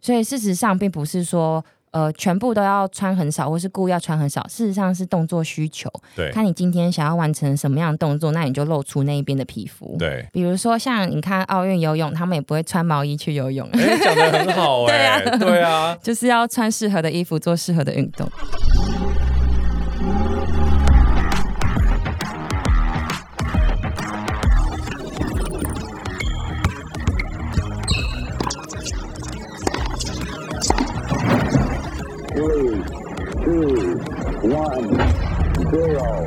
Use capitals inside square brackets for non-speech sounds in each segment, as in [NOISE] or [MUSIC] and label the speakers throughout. Speaker 1: 所以事实上并不是说呃全部都要穿很少，或是故意要穿很少。事实上是动作需求，
Speaker 2: 对
Speaker 1: 看你今天想要完成什么样的动作，那你就露出那一边的皮肤。
Speaker 2: 对，
Speaker 1: 比如说像你看奥运游泳，他们也不会穿毛衣去游泳，啊
Speaker 2: 哎，讲的很 [LAUGHS] 好哎，对啊，
Speaker 1: [LAUGHS] 就是要穿适合的衣服做适合的运动。
Speaker 3: three, two, one, zero.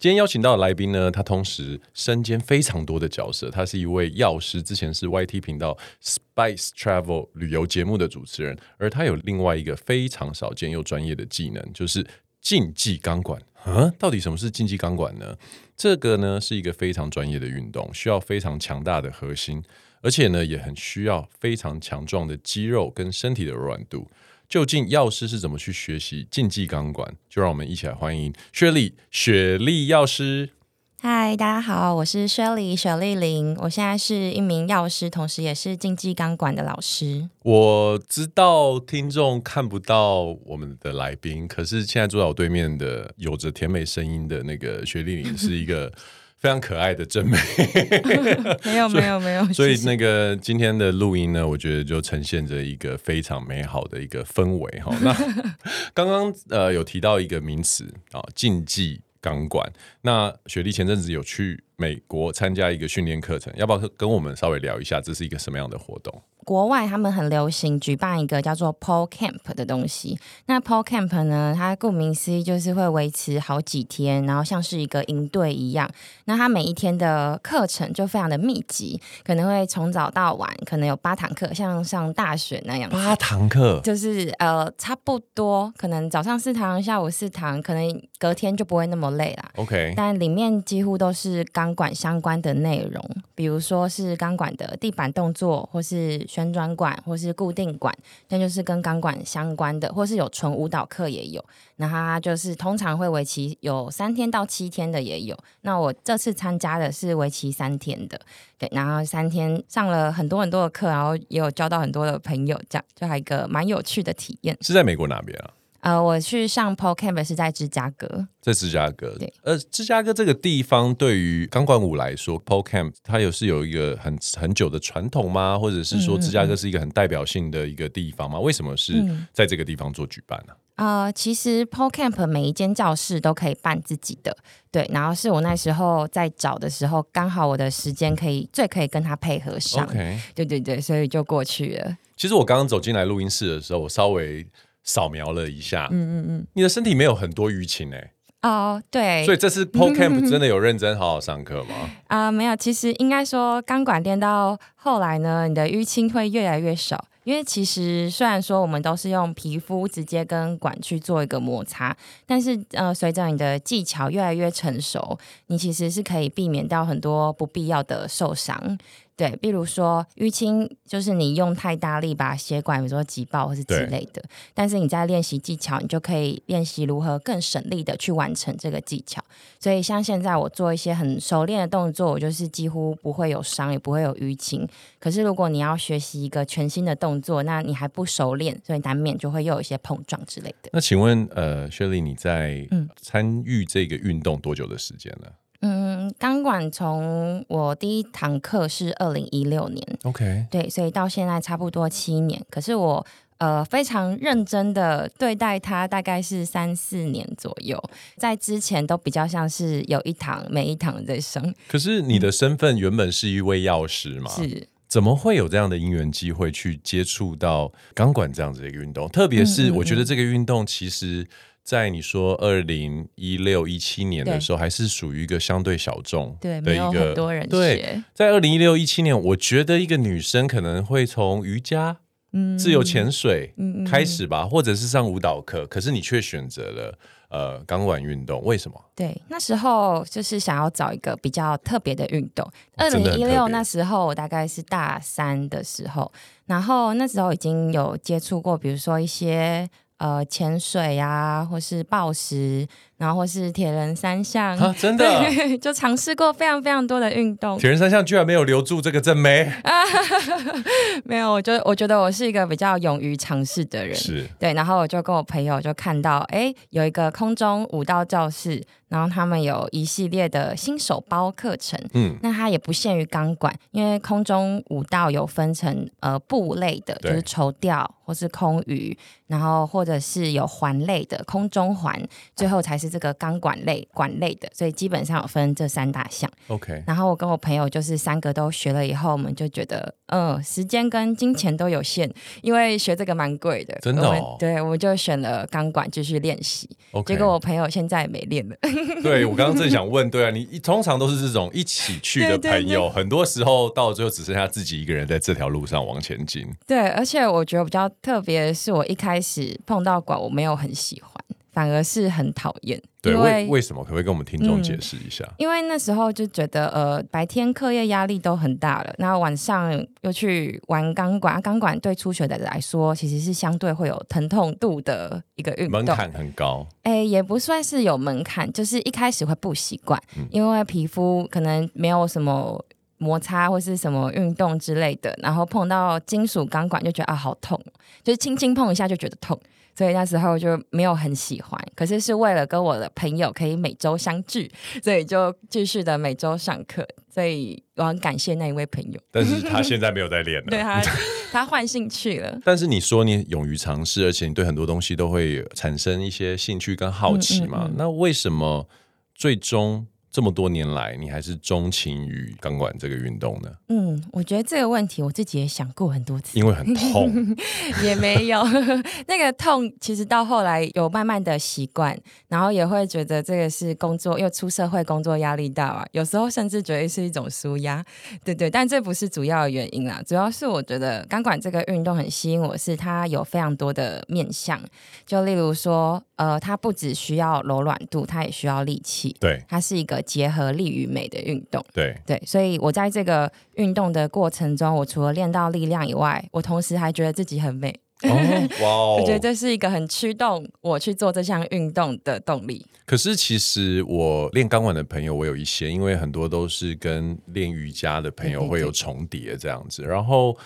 Speaker 4: 今天邀请到的来宾呢，他同时身兼非常多的角色。他是一位药师，之前是 YT 频道 Spice Travel 旅游节目的主持人，而他有另外一个非常少见又专业的技能，就是竞技钢管。啊，到底什么是竞技钢管呢？这个呢是一个非常专业的运动，需要非常强大的核心，而且呢也很需要非常强壮的肌肉跟身体的柔软度。究竟药师是怎么去学习竞技钢管？就让我们一起来欢迎雪莉雪莉药师。
Speaker 1: 嗨，大家好，我是 Shirley 雪丽玲，我现在是一名药师，同时也是竞技钢管的老师。
Speaker 4: 我知道听众看不到我们的来宾，可是现在坐在我对面的有着甜美声音的那个雪莉玲是一个非常可爱的正
Speaker 1: [LAUGHS]
Speaker 4: 妹，[LAUGHS]
Speaker 1: 没有，没有，没 [LAUGHS] 有。
Speaker 4: 所以
Speaker 1: 谢谢
Speaker 4: 那个今天的录音呢，我觉得就呈现着一个非常美好的一个氛
Speaker 1: [LAUGHS]
Speaker 4: 围哈。那刚刚呃有提到一个名词啊，竞技钢管。那雪莉前阵子有去美国参加一个训练课程，要不要跟我们稍微聊一下这是一个什么样的活动？
Speaker 1: 国外他们很流行举办一个叫做 Pole Camp 的东西。那 Pole Camp 呢，它顾名思义就是会维持好几天，然后像是一个营队一样。那它每一天的课程就非常的密集，可能会从早到晚，可能有八堂课，像上大学那样子。
Speaker 4: 堂课
Speaker 1: 就是呃，差不多，可能早上四堂，下午四堂，可能隔天就不会那么累啦。
Speaker 4: ，OK，
Speaker 1: 但里面几乎都是钢管相关的内容，比如说是钢管的地板动作，或是旋转管，或是固定管，那就是跟钢管相关的，或是有纯舞蹈课也有。那它就是通常会为期有三天到七天的也有。那我这次参加的是为期三天的，对，然后三天上了很多很多的课，然后也有交到很多的朋友，这样就还有一个蛮有趣的体验。
Speaker 4: 是在美国哪边啊？
Speaker 1: 呃，我去上 p o c a m p 是在芝加哥。
Speaker 4: 在芝加哥
Speaker 1: 对，
Speaker 4: 呃，芝加哥这个地方对于钢管舞来说 p o c a m p 它有是有一个很很久的传统吗？或者是
Speaker 1: 嗯
Speaker 4: 说
Speaker 1: 嗯
Speaker 4: 芝加哥是一个很代表性的一个地方吗？为什么是
Speaker 1: 嗯
Speaker 4: 在这个地方做举办呢、
Speaker 1: 呃，其实 Pole Camp 每一间教室都可以办自己的，对。然后是我那时候在找的时候，刚好我的时间可以最可以跟他配合上
Speaker 4: o k
Speaker 1: 对对对，所以就过去了。
Speaker 4: 其实我刚刚走进来录音室的时候，我稍微扫描了一下，嗯嗯嗯，你的身体没有很多淤青哎、
Speaker 1: 哦，对，
Speaker 4: 所以这次 p o c a
Speaker 1: [LAUGHS]
Speaker 4: m p 真的有认真好好上课吗？
Speaker 1: 啊、没有，其实应该说钢管练到后来呢，你的淤青会越来越少。因为其实虽然说我们都是用皮肤直接跟管去做一个摩擦，但是呃，随着你的技巧越来越成熟，你其实是可以避免掉很多不必要的受伤。对，比如说淤青，就是你用太大力把血管，比如说挤爆或是之
Speaker 4: 对
Speaker 1: 类的。但是你在练习技巧，你就可以练习如何更省力的去完成这个技巧。所以像现在我做一些很熟练的动作，我就是几乎不会有伤，也不会有淤青。可是如果你要学习一个全新的动作，那你还不熟练，所以难免就会又有一些碰撞之类的。
Speaker 4: 那请问呃，薛丽你在
Speaker 1: 嗯
Speaker 4: 参与这个运动多久的时间了
Speaker 1: 嗯，钢管从我第一堂课是二零一六年，
Speaker 4: ？OK，
Speaker 1: 对，所以到现在差不多七年。可是我呃非常认真的对待它，大概是三四年左右。在之前都比较像是有一堂没一堂在上，
Speaker 4: 可是你的身份原本是一位药师嘛？
Speaker 1: 嗯是
Speaker 4: 怎么会有这样的因缘机会去接触到钢管这样子的一个运动？特别是
Speaker 1: 嗯嗯
Speaker 4: 我觉得这个运动其实，在你说二零一六一七年的时候，还是属于一个相对小众
Speaker 1: 对，
Speaker 4: 的
Speaker 1: 没
Speaker 4: 一
Speaker 1: 有
Speaker 4: 个
Speaker 1: 很多人
Speaker 4: 对，
Speaker 1: 学。
Speaker 4: 在二零一六一七年，我觉得一个女生可能会从瑜伽、
Speaker 1: 嗯
Speaker 4: 自由潜水
Speaker 1: 嗯嗯嗯
Speaker 4: 开始吧，或者是上舞蹈课，可是你却选择了呃钢管运动，为什么？
Speaker 1: 对，那时候就是想要找一个比较特别的运动。二
Speaker 4: 真
Speaker 1: 零
Speaker 4: 的很
Speaker 1: 一
Speaker 4: 特别
Speaker 1: 六那时候，我大概是大三的时候，然后那时候已经有接触过，比如说一些呃潜水啊，或是暴食，然后或是铁人三项，
Speaker 4: 啊，真的，
Speaker 1: 对， [LAUGHS] 就尝试过非常非常多的运
Speaker 4: [LAUGHS]
Speaker 1: 动。
Speaker 4: 铁人三项居然没有留住这个
Speaker 1: [LAUGHS]
Speaker 4: 正妹，
Speaker 1: 没有，我就我觉得我是一个比较勇于尝试的人。
Speaker 4: 是
Speaker 1: 对，然后我就跟我朋友就看到，哎，有一个空中舞蹈教室，然后他们有一系列的新手包课程，
Speaker 4: 嗯，
Speaker 1: 那它也不限于钢管，因为空中舞蹈有分成呃步类的，就
Speaker 4: 对
Speaker 1: 是绸吊或是空余，然后或者是有环类的空中环，最后才是这个钢管类管类的，所以基本上有分这三大项。
Speaker 4: OK，
Speaker 1: 然后我跟我朋友就是三个都学了以后，我们就觉得，嗯，时间跟金钱都有限，因为学这个蛮贵的。
Speaker 4: 真的哦
Speaker 1: 我们对，我们就选了钢管继续练习。
Speaker 4: OK
Speaker 1: 结果 [LAUGHS] 我朋友现在也没练了。 [LAUGHS]
Speaker 4: 对我刚刚正想问，对啊，你一通常都是这种一起去的朋友，
Speaker 1: 对对对
Speaker 4: 很多时候到最后只剩下自己一个人在这条路上往前进。
Speaker 1: 对，而且我觉得比较特别的是，我一开始碰到管我没有很喜欢，反而是很讨厌。
Speaker 4: 对，
Speaker 1: 因
Speaker 4: 为
Speaker 1: 为
Speaker 4: 为什么？可不可以跟我们听众
Speaker 1: 嗯
Speaker 4: 解释一下？
Speaker 1: 因为那时候就觉得，呃，白天课业压力都很大了，然后晚上又去玩钢管，啊钢管对初学的来说其实是相对会有疼痛度的一个运
Speaker 4: 门
Speaker 1: 动，
Speaker 4: 槛很高，
Speaker 1: 哎，也不算是有门槛，就是一开始会不习惯，因为皮肤可能没有什么。摩擦或是什么运动之类的，然后碰到金属钢管就觉得啊好痛，就是轻轻碰一下就觉得痛，所以那时候就没有很喜欢。可是是为了跟我的朋友可以每周相聚，所以就继续的每周上课。所以我很感谢那一位朋友，
Speaker 4: 但是他现在没有在练
Speaker 1: 对
Speaker 4: 了。
Speaker 1: 他他换兴趣了。
Speaker 4: 但是你说你勇于尝试，而且你对很多东西都会产生一些兴趣跟好奇嘛？
Speaker 1: 嗯嗯嗯
Speaker 4: 那为什么最终这么多年来，你还是钟情于钢管这个运动呢？
Speaker 1: 嗯，我觉得这个问题我自己也想过很多次，
Speaker 4: 因为很痛，
Speaker 1: [LAUGHS] 也没有，那个痛其实到后来有慢慢的习惯，然后也会觉得这个是工作，又出社会工作压力大啊，有时候甚至觉得是一种舒压，对对，但这不是主要的原因啦，主要是我觉得钢管这个运动很吸引我，是它有非常多的面向，就例如说，呃，它不只需要柔软度，它也需要力气，
Speaker 4: 对
Speaker 1: 它是一个结合力与美的运动。
Speaker 4: 对，
Speaker 1: 对，所以我在这个运动的过程中，我除了练到力量以外，我同时还觉得自己很美。
Speaker 4: 哦，哇
Speaker 1: 我觉得
Speaker 4: 哦！
Speaker 1: 这是一个很驱动我去做这项运动的动力。
Speaker 4: 可是其实我练钢管的朋友，我有一些，因为很多都是跟练瑜伽的朋友
Speaker 1: 对对
Speaker 4: 会有重叠这样子。然后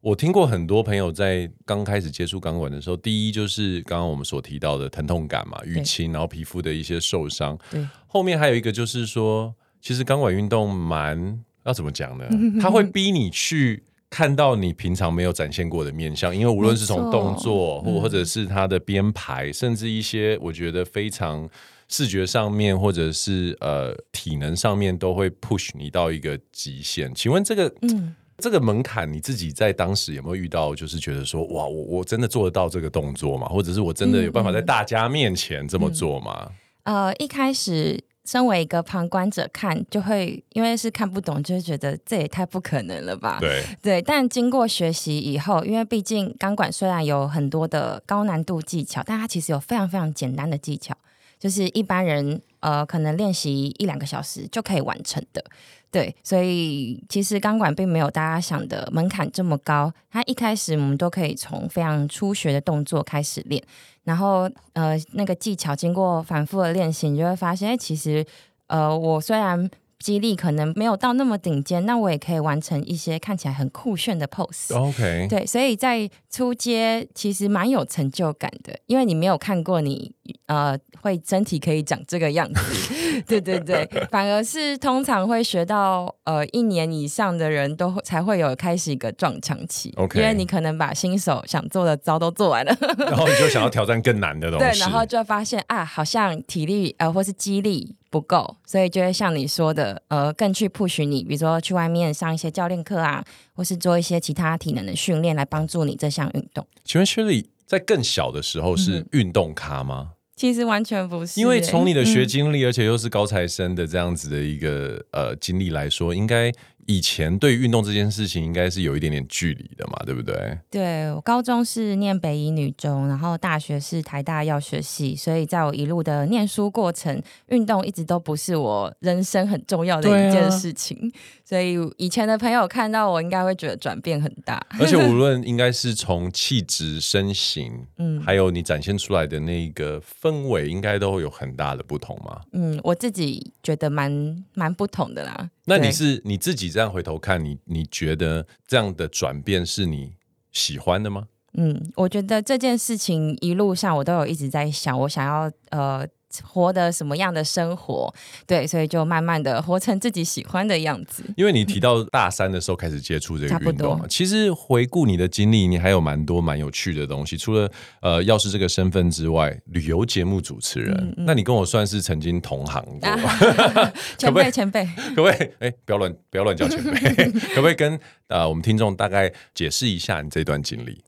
Speaker 4: 我听过很多朋友在刚开始接触钢管的时候，第一就是刚刚我们所提到的疼痛感嘛，淤青，然后皮肤的一些受伤。
Speaker 1: 对，
Speaker 4: 后面还有一个就是说，其实钢管运动蛮要怎么讲
Speaker 1: [LAUGHS]
Speaker 4: 呢？它会逼你去看到你平常没有展现过的面相，因为无论是从
Speaker 1: 没错
Speaker 4: 动作，或
Speaker 1: 嗯
Speaker 4: 或者是它的编排，甚至一些我觉得非常视觉上面，或者是呃体能上面，都会 push 你到一个极限。请问这个，
Speaker 1: 嗯
Speaker 4: 这个门槛，你自己在当时有没有遇到？就是觉得说，哇，我我真的做得到这个动作吗？或者是我真的有办法
Speaker 1: 嗯
Speaker 4: 在大家面前这么做吗？
Speaker 1: 呃，一开始身为一个旁观者看，就会因为是看不懂，就会觉得这也太不可能了吧？
Speaker 4: 对，
Speaker 1: 对，但经过学习以后，因为毕竟钢管虽然有很多的高难度技巧，但它其实有非常非常简单的技巧，就是一般人呃可能练习一两个小时就可以完成的。对，所以其实钢管并没有大家想的门槛这么高，它一开始我们都可以从非常初学的动作开始练，然后呃那个技巧经过反复的练习，你就会发现，哎，其实呃我虽然肌力可能没有到那么顶尖，那我也可以完成一些看起来很酷炫的 pose。
Speaker 4: 哦 OK，
Speaker 1: 对，所以在出街其实蛮有成就感的，因为你没有看过你呃会身体可以长这个样子， [LAUGHS] 对对对，反而是通常会学到呃一年以上的人都会才会有开始一个撞墙期
Speaker 4: OK
Speaker 1: 因为你可能把新手想做的招都做完了， [LAUGHS]
Speaker 4: 然后你就想要挑战更难的东
Speaker 1: 对，
Speaker 4: 西，
Speaker 1: 然后就发现啊，好像体力呃或是肌力不够，所以就会像你说的，呃，更去 push 你，比如说去外面上一些教练课啊，或是做一些其他体能的训练来帮助你这项运动。
Speaker 4: 请问 Shirley 在更小的时候是运动咖吗？
Speaker 1: 其实完全嗯不是、
Speaker 4: 因为从你的
Speaker 1: 欸
Speaker 4: 学经历，而且又是高材生的这样子的一个呃经历来说，应该以前对运动这件事情应该是有一点点距离的嘛，对不
Speaker 1: [LAUGHS]
Speaker 4: 对？
Speaker 1: 对我高中是念北医女中，然后大学是台大药学系，所以在我一路的念书过程，运动一直都不是我人生很重要的
Speaker 4: 啊
Speaker 1: 一件事情。所以以前的朋友看到我，应该会觉得转变很大。
Speaker 4: 而且无论应该是从气质、身形，嗯，还有你展现出来的那个氛围，应该都会有很大的不同嘛。
Speaker 1: 嗯，我自己觉得蛮蛮不同的啦。
Speaker 4: 那
Speaker 1: 对
Speaker 4: 你是你自己这样回头看你，你觉得这样的转变是你喜欢的吗？
Speaker 1: 嗯，我觉得这件事情一路上我都有一直在想，我想要呃活得什么样的生活，对，所以就慢慢的活成自己喜欢的样子。
Speaker 4: 因为你提到大三的时候开始接触这
Speaker 1: 差
Speaker 4: 个
Speaker 1: 不
Speaker 4: 运动嘛
Speaker 1: 多，
Speaker 4: 其实回顾你的经历，你还有蛮多蛮有趣的东西。除了呃药师这个身份之外，旅游节目主持人，
Speaker 1: 嗯
Speaker 4: 那你跟我算是曾经同行过，
Speaker 1: 啊
Speaker 4: 可
Speaker 1: 前
Speaker 4: 不可以
Speaker 1: 辈前辈，
Speaker 4: [LAUGHS] 可不可以？哎、不要乱不要乱叫前辈，
Speaker 1: [LAUGHS]
Speaker 4: [LAUGHS] 可不可以跟呃我们听众大概解释一下你这段经历？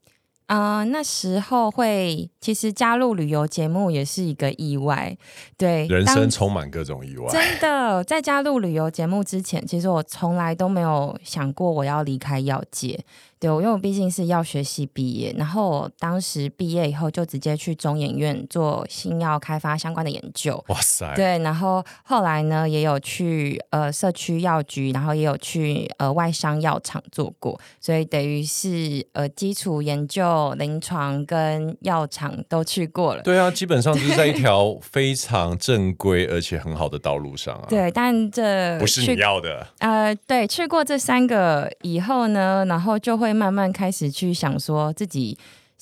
Speaker 1: 啊、那时候会其实加入旅游节目也是一个意外，对，
Speaker 4: 人
Speaker 1: 当
Speaker 4: 生充满各种 [LAUGHS] 意外，
Speaker 1: 真的，在加入旅游节目之前，其实我从来都没有想过我要离开药界。对，因为我毕竟是药学系毕业，然后我当时毕业以后就直接去中研院做新药开发相关的研究。
Speaker 4: 哇塞！
Speaker 1: 对，然后后来呢，也有去呃社区药局，然后也有去呃外商药厂做过，所以等于是呃基础研究、临床跟药厂都去过了。
Speaker 4: 对啊，基本上就是在一条非常正规而且很好的道路上啊，
Speaker 1: 对，但这
Speaker 4: 不是
Speaker 1: 去
Speaker 4: 你要的。
Speaker 1: 呃，对，去过这三个以后呢，然后就会慢慢开始去想说自己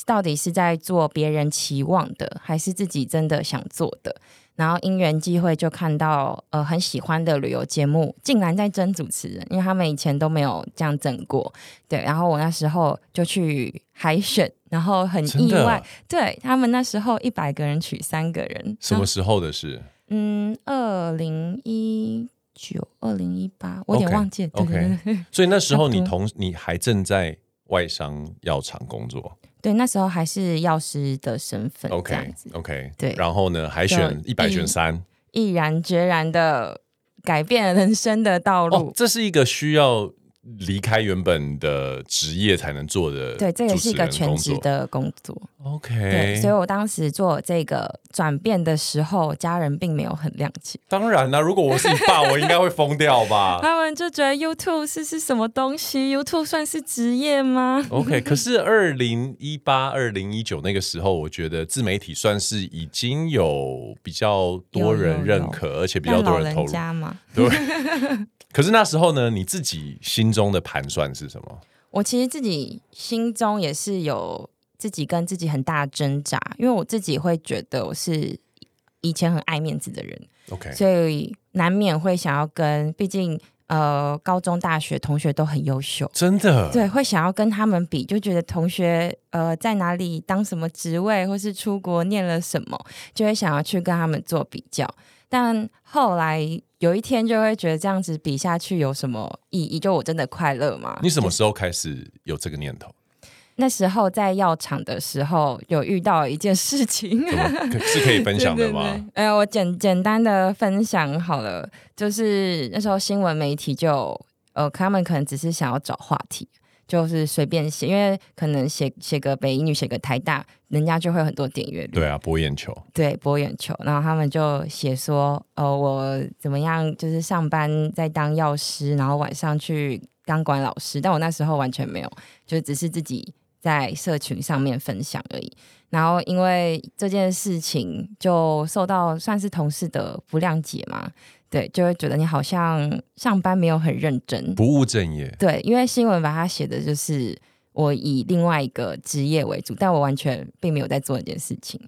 Speaker 1: 到底是在做别人期望的，还是自己真的想做的。然后因缘际会就看到呃很喜欢的旅游节目，竟然在争主持人，因为他们以前都没有这样整过。对，然后我那时候就去海选，然后很
Speaker 4: 真
Speaker 1: 意
Speaker 4: 的
Speaker 1: 外，对他们那时候一百个人取三个人，
Speaker 4: 什么时候的事？
Speaker 1: 嗯，二零一九、二零一八，我有点
Speaker 4: OK，
Speaker 1: 忘记了。对
Speaker 4: OK
Speaker 1: 对对对
Speaker 4: 所以那时候你
Speaker 1: 差不
Speaker 4: 同你还正在外商药厂工作
Speaker 1: 对，那时候还是药师的身份这样
Speaker 4: ，OK 哦
Speaker 1: 子，
Speaker 4: OK，
Speaker 1: 对嗯
Speaker 4: 然后呢，还选一
Speaker 1: 就
Speaker 4: 百
Speaker 1: 一
Speaker 4: 选三
Speaker 1: 毅然决然的改变了人生的道路。
Speaker 4: 哦，这是一个需要离开原本的职业才能做的，
Speaker 1: 对，这也是一个全职。的工作。对，
Speaker 4: OK，
Speaker 1: 所以我当时做这个转变的时候，家人并没有很谅解，
Speaker 4: 当然啦、如果我是你爸，我应该会疯掉吧。
Speaker 1: [LAUGHS] 他们就觉得 YouTube 是是什么东西？YouTube 算是职业吗？
Speaker 4: OK，可是二零一八、二零一九那个时候，我觉得自媒体算是已经有比较多人认可，而且比较
Speaker 1: 但
Speaker 4: 多
Speaker 1: 老
Speaker 4: 人投
Speaker 1: 人
Speaker 4: 入。
Speaker 1: 家嘛，
Speaker 4: 对。可是那时候呢，你自己心中的盘算是什么？
Speaker 1: 我其实自己心中也是有自己跟自己很大的挣扎，因为我自己会觉得我是以前很爱面子的人，
Speaker 4: OK，
Speaker 1: 所以难免会想要跟，毕竟呃高中、大学同学都很优秀。
Speaker 4: 真的，
Speaker 1: 对，啊会想要跟他们比，就觉得同学呃在哪里当什么职位，或是出国念了什么，就会想要去跟他们做比较。但后来有一天就会觉得这样子比下去有什么意义？就我真的快乐吗？
Speaker 4: 你什么时候开始有这个念头？
Speaker 1: 那时候在药厂的时候，有遇到一件事情， [LAUGHS]
Speaker 4: 怎么可是可以分享的吗？
Speaker 1: 哎、我简简单的分享好了，就是那时候新闻媒体就呃，他们可能只是想要找话题，就是随便写，因为可能写写个北一女，写个台大，人家就会有很多点阅率，
Speaker 4: 对啊，博眼球。
Speaker 1: 对，博眼球。然后他们就写说，呃，我怎么样，就是上班在当药师，然后晚上去当管老师。但我那时候完全没有，就只是自己在社群上面分享而已。然后因为这件事情，就受到算是同事的不谅解嘛，对，就会觉得你好像上班没有很认真。
Speaker 4: 不务正业，
Speaker 1: 对，因为新闻把它写的就是我以另外一个职业为主，但我完全并没有在做这件事情。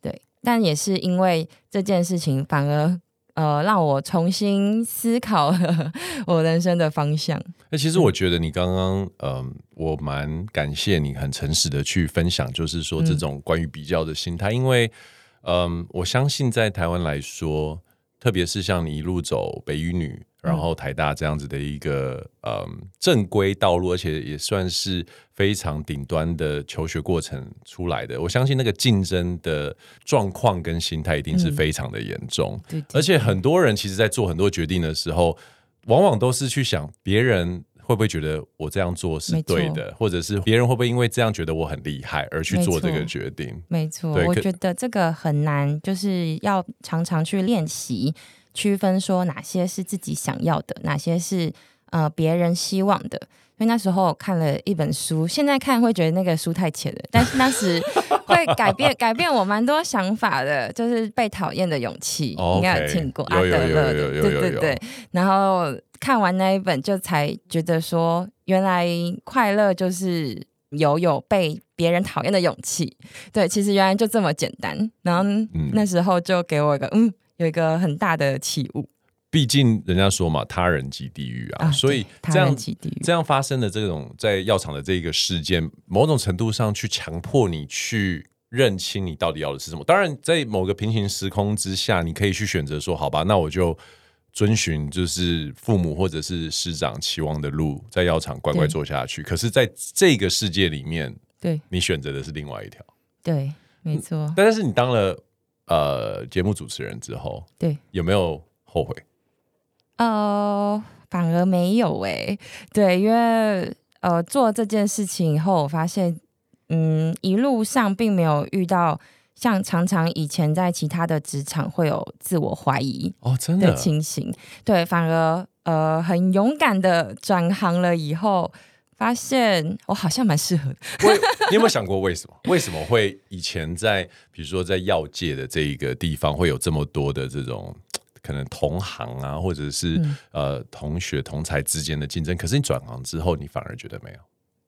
Speaker 1: 对，但也是因为这件事情，反而呃让我重新思考了 [LAUGHS] 我人生的方向。
Speaker 4: 那其实我觉得你刚刚，嗯、我蛮感谢你很诚实的去分享，就是说这种关于比较的心态，因为，嗯、我相信在台湾来说，特别是像你一路走北语女，然后台大这样子的一个，嗯、正规道路，而且也算是非常顶端的求学过程出来的，我相信那个竞争的状况跟心态一定是非常的严重。
Speaker 1: 对
Speaker 4: 而且很多人其实，在做很多决定的时候，往往都是去想别人会不会觉得我这样做是对的，或者是别人会不会因为这样觉得我很厉害而去做这
Speaker 1: 没
Speaker 4: 个
Speaker 1: 错
Speaker 4: 决定。
Speaker 1: 没错
Speaker 4: 对，
Speaker 1: 我
Speaker 4: 可
Speaker 1: 觉得这个很难，就是要常常去练习区分，说哪些是自己想要的，哪些是呃别人希望的。因为那时候看了一本书，现在看会觉得那个书太浅了，但是那
Speaker 4: [LAUGHS]
Speaker 1: 时会改变改变我蛮多想法的，就是《被讨厌的勇气》
Speaker 4: 哦
Speaker 1: 应该
Speaker 4: OK
Speaker 1: 有听过
Speaker 4: 有
Speaker 1: 阿德
Speaker 4: 有有
Speaker 1: 勒
Speaker 4: 有有
Speaker 1: 的，
Speaker 4: 有
Speaker 1: 对
Speaker 4: 有
Speaker 1: 对
Speaker 4: 有
Speaker 1: 对。然后看完那一本，就才觉得说，原来快乐就是有有被别人讨厌的勇气。对，其实原来就这么简单。然后
Speaker 4: 嗯
Speaker 1: 那时候就给我一个嗯，有一个很大的起悟
Speaker 4: 毕竟人家说嘛，他人即地狱啊，
Speaker 1: 啊，
Speaker 4: 所以
Speaker 1: 对他
Speaker 4: 这样
Speaker 1: 人即地狱
Speaker 4: 这样发生的这种在药厂的这个事件，某种程度上去强迫你去认清你到底要的是什么。当然，在某个平行时空之下，你可以去选择说，好吧，那我就遵循就是父母或者是师长期望的路，在药厂乖乖
Speaker 1: 对
Speaker 4: 做下去。可是，在这个世界里面，
Speaker 1: 对
Speaker 4: 你选择的是另外一条。
Speaker 1: 对，没
Speaker 4: 嗯
Speaker 1: 错，
Speaker 4: 但是你当了呃节目主持人之后，
Speaker 1: 对，
Speaker 4: 有没有后悔？
Speaker 1: 呃，反而没有哎、对，因为呃做这件事情以后，我发现嗯一路上并没有遇到。像常常以前在其他的职场会有自我怀疑，
Speaker 4: 哦，真
Speaker 1: 的
Speaker 4: 的，
Speaker 1: 情形，对，反而呃很勇敢的转行了以后，发现我好像蛮适合的。
Speaker 4: 为 [LAUGHS] 你有没有想过为什么？为什么会以前在比如说在药界的这一个地方会有这么多的这种可能同行啊，或者是、
Speaker 1: 嗯
Speaker 4: 呃同学同才之间的竞争？可是你转行之后，你反而觉得没有。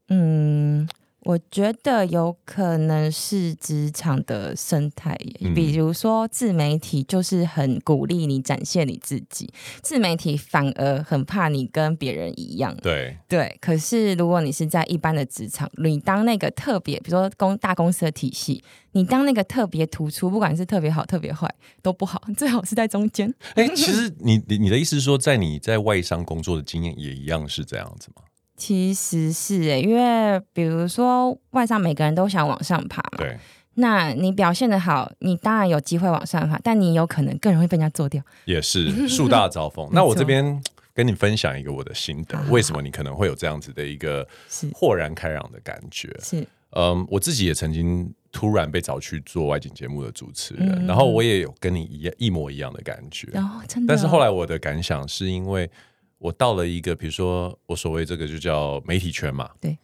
Speaker 1: 嗯，我觉得有可能是职场的生态耶，
Speaker 4: 嗯
Speaker 1: 比如说自媒体就是很鼓励你展现你自己，自媒体反而很怕你跟别人一样。
Speaker 4: 对，
Speaker 1: 对，可是如果你是在一般的职场，你当那个特别，比如说公大公司的体系，你当那个特别突出，不管是特别好、特别坏都不好， [LAUGHS] 最好是在中间。
Speaker 4: 哎、其实你你你的意思是说，在你在外商工作的经验也一样是这样子吗？
Speaker 1: 其实是诶，因为比如说外商每个人都想往上爬嘛，
Speaker 4: 对，
Speaker 1: 那你表现的好，你当然有机会往上爬，但你有可能更容易被人家做掉。
Speaker 4: 也是树大招风。那我这边跟你分享一个我的心得
Speaker 1: 好，
Speaker 4: 为什么你可能会有这样子的一个
Speaker 1: 是
Speaker 4: 豁然开朗的感觉？
Speaker 1: 是，
Speaker 4: 嗯，我自己也曾经突然被找去做外景节目的主持人，
Speaker 1: 嗯
Speaker 4: 然后我也有跟你一样一模一样的感觉。
Speaker 1: 然后真的哦，
Speaker 4: 啊但是后来我的感想是因为我到了一个，比如说我所谓这个就叫媒体圈嘛，
Speaker 1: 对，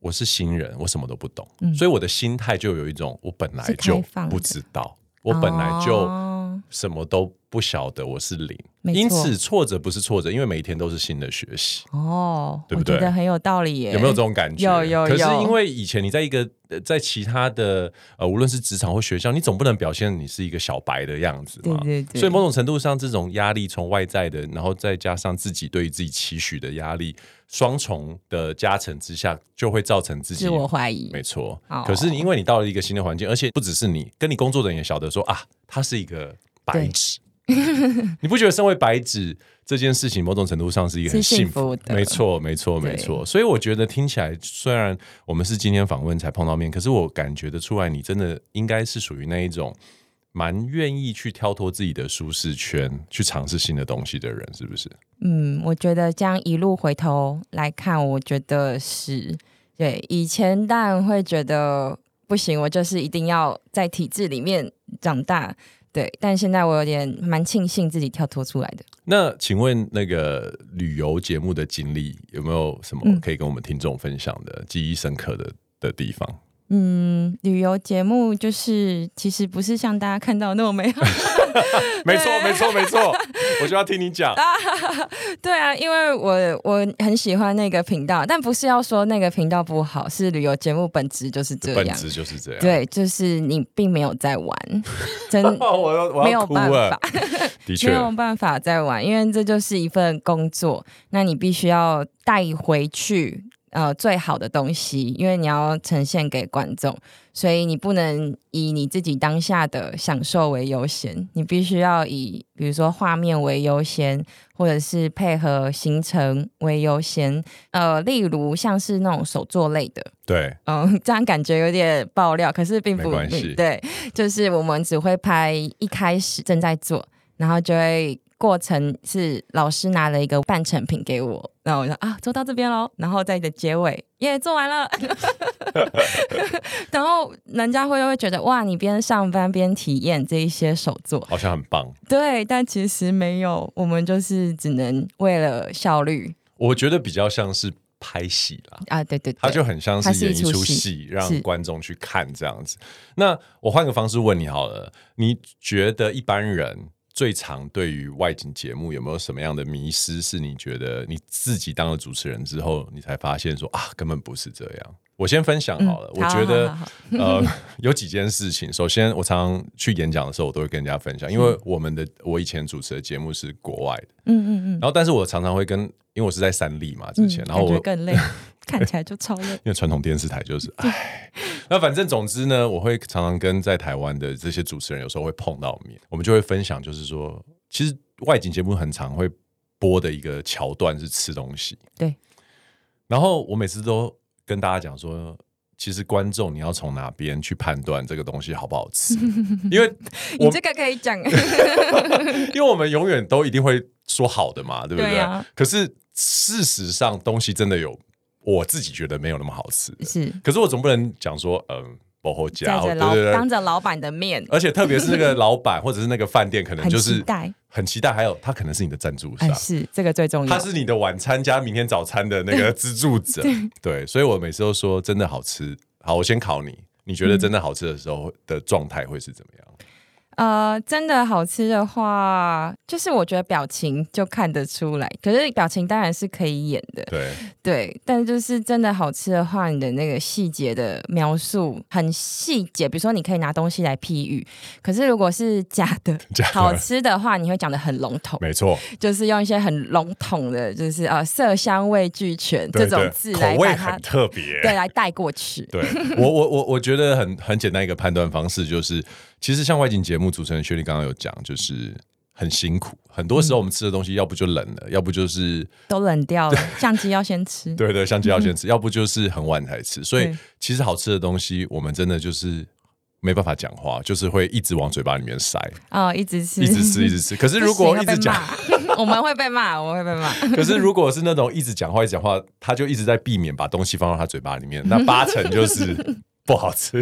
Speaker 4: 我是新人，我什么都不懂，
Speaker 1: 嗯
Speaker 4: 所以我的心态就有一种我本来
Speaker 1: 是开
Speaker 4: 就
Speaker 1: 放的
Speaker 4: 不知道，我本来就
Speaker 1: 哦
Speaker 4: 什么都不晓得，我是零，
Speaker 1: 没错
Speaker 4: 因此挫折不是挫折，因为每一天都是新的学习。
Speaker 1: 哦，
Speaker 4: 对不
Speaker 1: 我觉
Speaker 4: 对
Speaker 1: 得很有道理耶。
Speaker 4: 有没有这种感觉？
Speaker 1: 有有
Speaker 4: 可是
Speaker 1: 有
Speaker 4: 因为以前你在一个呃在其他的呃，无论是职场或学校，你总不能表现你是一个小白的样子嘛。
Speaker 1: 对对对
Speaker 4: 所以某种程度上，这种压力从外在的，然后再加上自己对于自己期许的压力，双重的加成之下，就会造成自己
Speaker 1: 自我怀疑？
Speaker 4: 没错
Speaker 1: 哦。
Speaker 4: 可是你因为你到了一个新的环境，而且不只是你，跟你工作的人也晓得说啊，他是一个白
Speaker 1: 对
Speaker 4: 纸。 [LAUGHS] 你不觉得身为白纸这件事情，某种程度上是一个很
Speaker 1: 是
Speaker 4: 幸
Speaker 1: 幸
Speaker 4: 福
Speaker 1: 福的
Speaker 4: 没错，没错，
Speaker 1: 对
Speaker 4: 没错。所以我觉得听起来，虽然我们是今天访问才碰到面，可是我感觉得出来，你真的应该是属于那一种蛮愿意去跳脱自己的舒适圈，去尝试新的东西的人，是不是？
Speaker 1: 嗯，我觉得这样一路回头来看，我觉得是对。以前当然会觉得不行，我就是一定要在体制里面长大，对。但现在我有点蛮庆幸自己跳脱出来的。
Speaker 4: 那请问那个旅游节目的经历有没有什么
Speaker 1: 嗯
Speaker 4: 可以跟我们听众分享的、记忆深刻的的地方？
Speaker 1: 嗯，旅游节目就是其实不是像大家看到那么美好，
Speaker 4: [LAUGHS]
Speaker 1: [LAUGHS]
Speaker 4: 没错，没错，没错，我就要听你
Speaker 1: 啊
Speaker 4: 讲。
Speaker 1: 对啊，因为我我很喜欢那个频道，但不是要说那个频道不好，是旅游节目本质就是这
Speaker 4: 本
Speaker 1: 样，
Speaker 4: 质啊就是这样。，
Speaker 1: 对，就是你并没有在玩，真
Speaker 4: 哦，我要我
Speaker 1: 没
Speaker 4: 要
Speaker 1: 有
Speaker 4: 哭
Speaker 1: 办
Speaker 4: 了
Speaker 1: 法。，
Speaker 4: [LAUGHS]
Speaker 1: [LAUGHS]
Speaker 4: 的确
Speaker 1: 没，有办法再玩，因为这就是一份工作，那你必须要带回去呃最好的东西，因为你要呈现给观众，所以你不能以你自己当下的享受为优先，你必须要以比如说画面为优先，或者是配合行程为优先，呃，例如像是那种手作类的，
Speaker 4: 对，
Speaker 1: 嗯，这样感觉有点爆料，可是并不
Speaker 4: 没关系
Speaker 1: 对，就是我们只会拍一开始正在做，然后就会过程是老师拿了一个半成品给我，然后我就啊做到这边喽，然后在你的结尾耶做完了， [LAUGHS] 然后人家会会觉得哇你边上班边体验这一些手作，
Speaker 4: 好像很棒。
Speaker 1: 对，但其实没有，我们就是只能为了效率
Speaker 4: 我觉得比较像是拍戏啦，
Speaker 1: 啊，对对对，
Speaker 4: 它就很像
Speaker 1: 它
Speaker 4: 是
Speaker 1: 是
Speaker 4: 演
Speaker 1: 一
Speaker 4: 一
Speaker 1: 出
Speaker 4: 出
Speaker 1: 戏
Speaker 4: 戏，让
Speaker 1: 是
Speaker 4: 观众去看这样子。那我换个方式问你好了，你觉得一般人最常对于外景节目有没有什么样的迷失？是你觉得你自己当了主持人之后，你才发现说啊，根本不是这样。我先分享好了，
Speaker 1: 嗯
Speaker 4: 我觉得
Speaker 1: 好好好
Speaker 4: 呃 [LAUGHS] 有几件事情。首先，我常常去演讲的时候，我都会跟人家分享，因为
Speaker 1: 嗯
Speaker 4: 我们的我以前主持的节目是国外的，
Speaker 1: 嗯嗯嗯，
Speaker 4: 然后但是我常常会跟，因为我是在三立嘛之前，
Speaker 1: 嗯
Speaker 4: 然后
Speaker 1: 感觉
Speaker 4: 我
Speaker 1: 更
Speaker 4: [LAUGHS]
Speaker 1: 累，看起来就超累，
Speaker 4: 因为传统电视台就是，唉，那反正总之呢，我会常常跟在台湾的这些主持人有时候会碰到面，我们就会分享，就是说，其实外景节目很常会播的一个桥段是吃东西，
Speaker 1: 对。
Speaker 4: 然后我每次都跟大家讲说，其实观众你要从哪边去判断这个东西好不好
Speaker 1: [LAUGHS]
Speaker 4: 吃，因为
Speaker 1: 你
Speaker 4: [LAUGHS] 我
Speaker 1: 这个可以
Speaker 4: [LAUGHS]
Speaker 1: 讲，
Speaker 4: 因为我们永远都一定会说好的嘛，对不对？
Speaker 1: 对啊
Speaker 4: 可是事实上，东西真的有我自己觉得没有那么好吃的，
Speaker 1: 是
Speaker 4: 可是我总不能讲说，嗯，不好
Speaker 1: 载
Speaker 4: 夹，
Speaker 1: 着
Speaker 4: 对
Speaker 1: 老
Speaker 4: 对对
Speaker 1: 当。着老板的面，
Speaker 4: 而且特别是那个老板或者是那个饭店，可能就是
Speaker 1: 很期待
Speaker 4: 很期待还有他可能是你的赞助商
Speaker 1: 哎，，是这个最重要
Speaker 4: 他，是你的晚餐加明天早餐的那个资助者。对，所以我每次都说真的好吃。好，我先考你，你觉得真的好吃的时候的状态会是怎么样？
Speaker 1: 呃，真的好吃的话，就是我觉得表情就看得出来，可是表情当然是可以演的，
Speaker 4: 对，
Speaker 1: 对，但就是真的好吃的话，你的那个细节的描述很细节，比如说你可以拿东西来譬喻，可是如果是假的
Speaker 4: [LAUGHS] 假的
Speaker 1: 好吃的话，你会讲的很笼统，
Speaker 4: 没错，
Speaker 1: 就是用一些很笼统的，就是呃色香味俱全
Speaker 4: 对
Speaker 1: 这种
Speaker 4: 对
Speaker 1: 字
Speaker 4: 口
Speaker 1: 来
Speaker 4: 味
Speaker 1: 把它
Speaker 4: 很特别。
Speaker 1: 对来带过去。
Speaker 4: 对我我我我觉得很很简单一个判断方式就是，其实像外景节目主持人薛丽刚刚有讲，就是很辛苦，很多时候我们吃的东西要不就冷了，要不就是
Speaker 1: 都冷掉了，相机要先吃。
Speaker 4: 对对，像鸡要先吃，要不就是很晚才吃。所以
Speaker 1: 对
Speaker 4: 其实好吃的东西，我们真的就是没办法讲话，就是会一直往嘴巴里面塞，
Speaker 1: 哦，一直吃，
Speaker 4: 一
Speaker 1: [LAUGHS]
Speaker 4: 直吃一直吃。可是如果
Speaker 1: 不
Speaker 4: 一
Speaker 1: 行要
Speaker 4: 直
Speaker 1: 被
Speaker 4: 讲，
Speaker 1: 骂 [LAUGHS] 我们会被骂，我们会被骂。
Speaker 4: [LAUGHS] 可是如果是那种一直讲话一直讲话，他就一直在避免把东西放到他嘴巴里面，那八成就是不好
Speaker 1: [LAUGHS]
Speaker 4: 吃。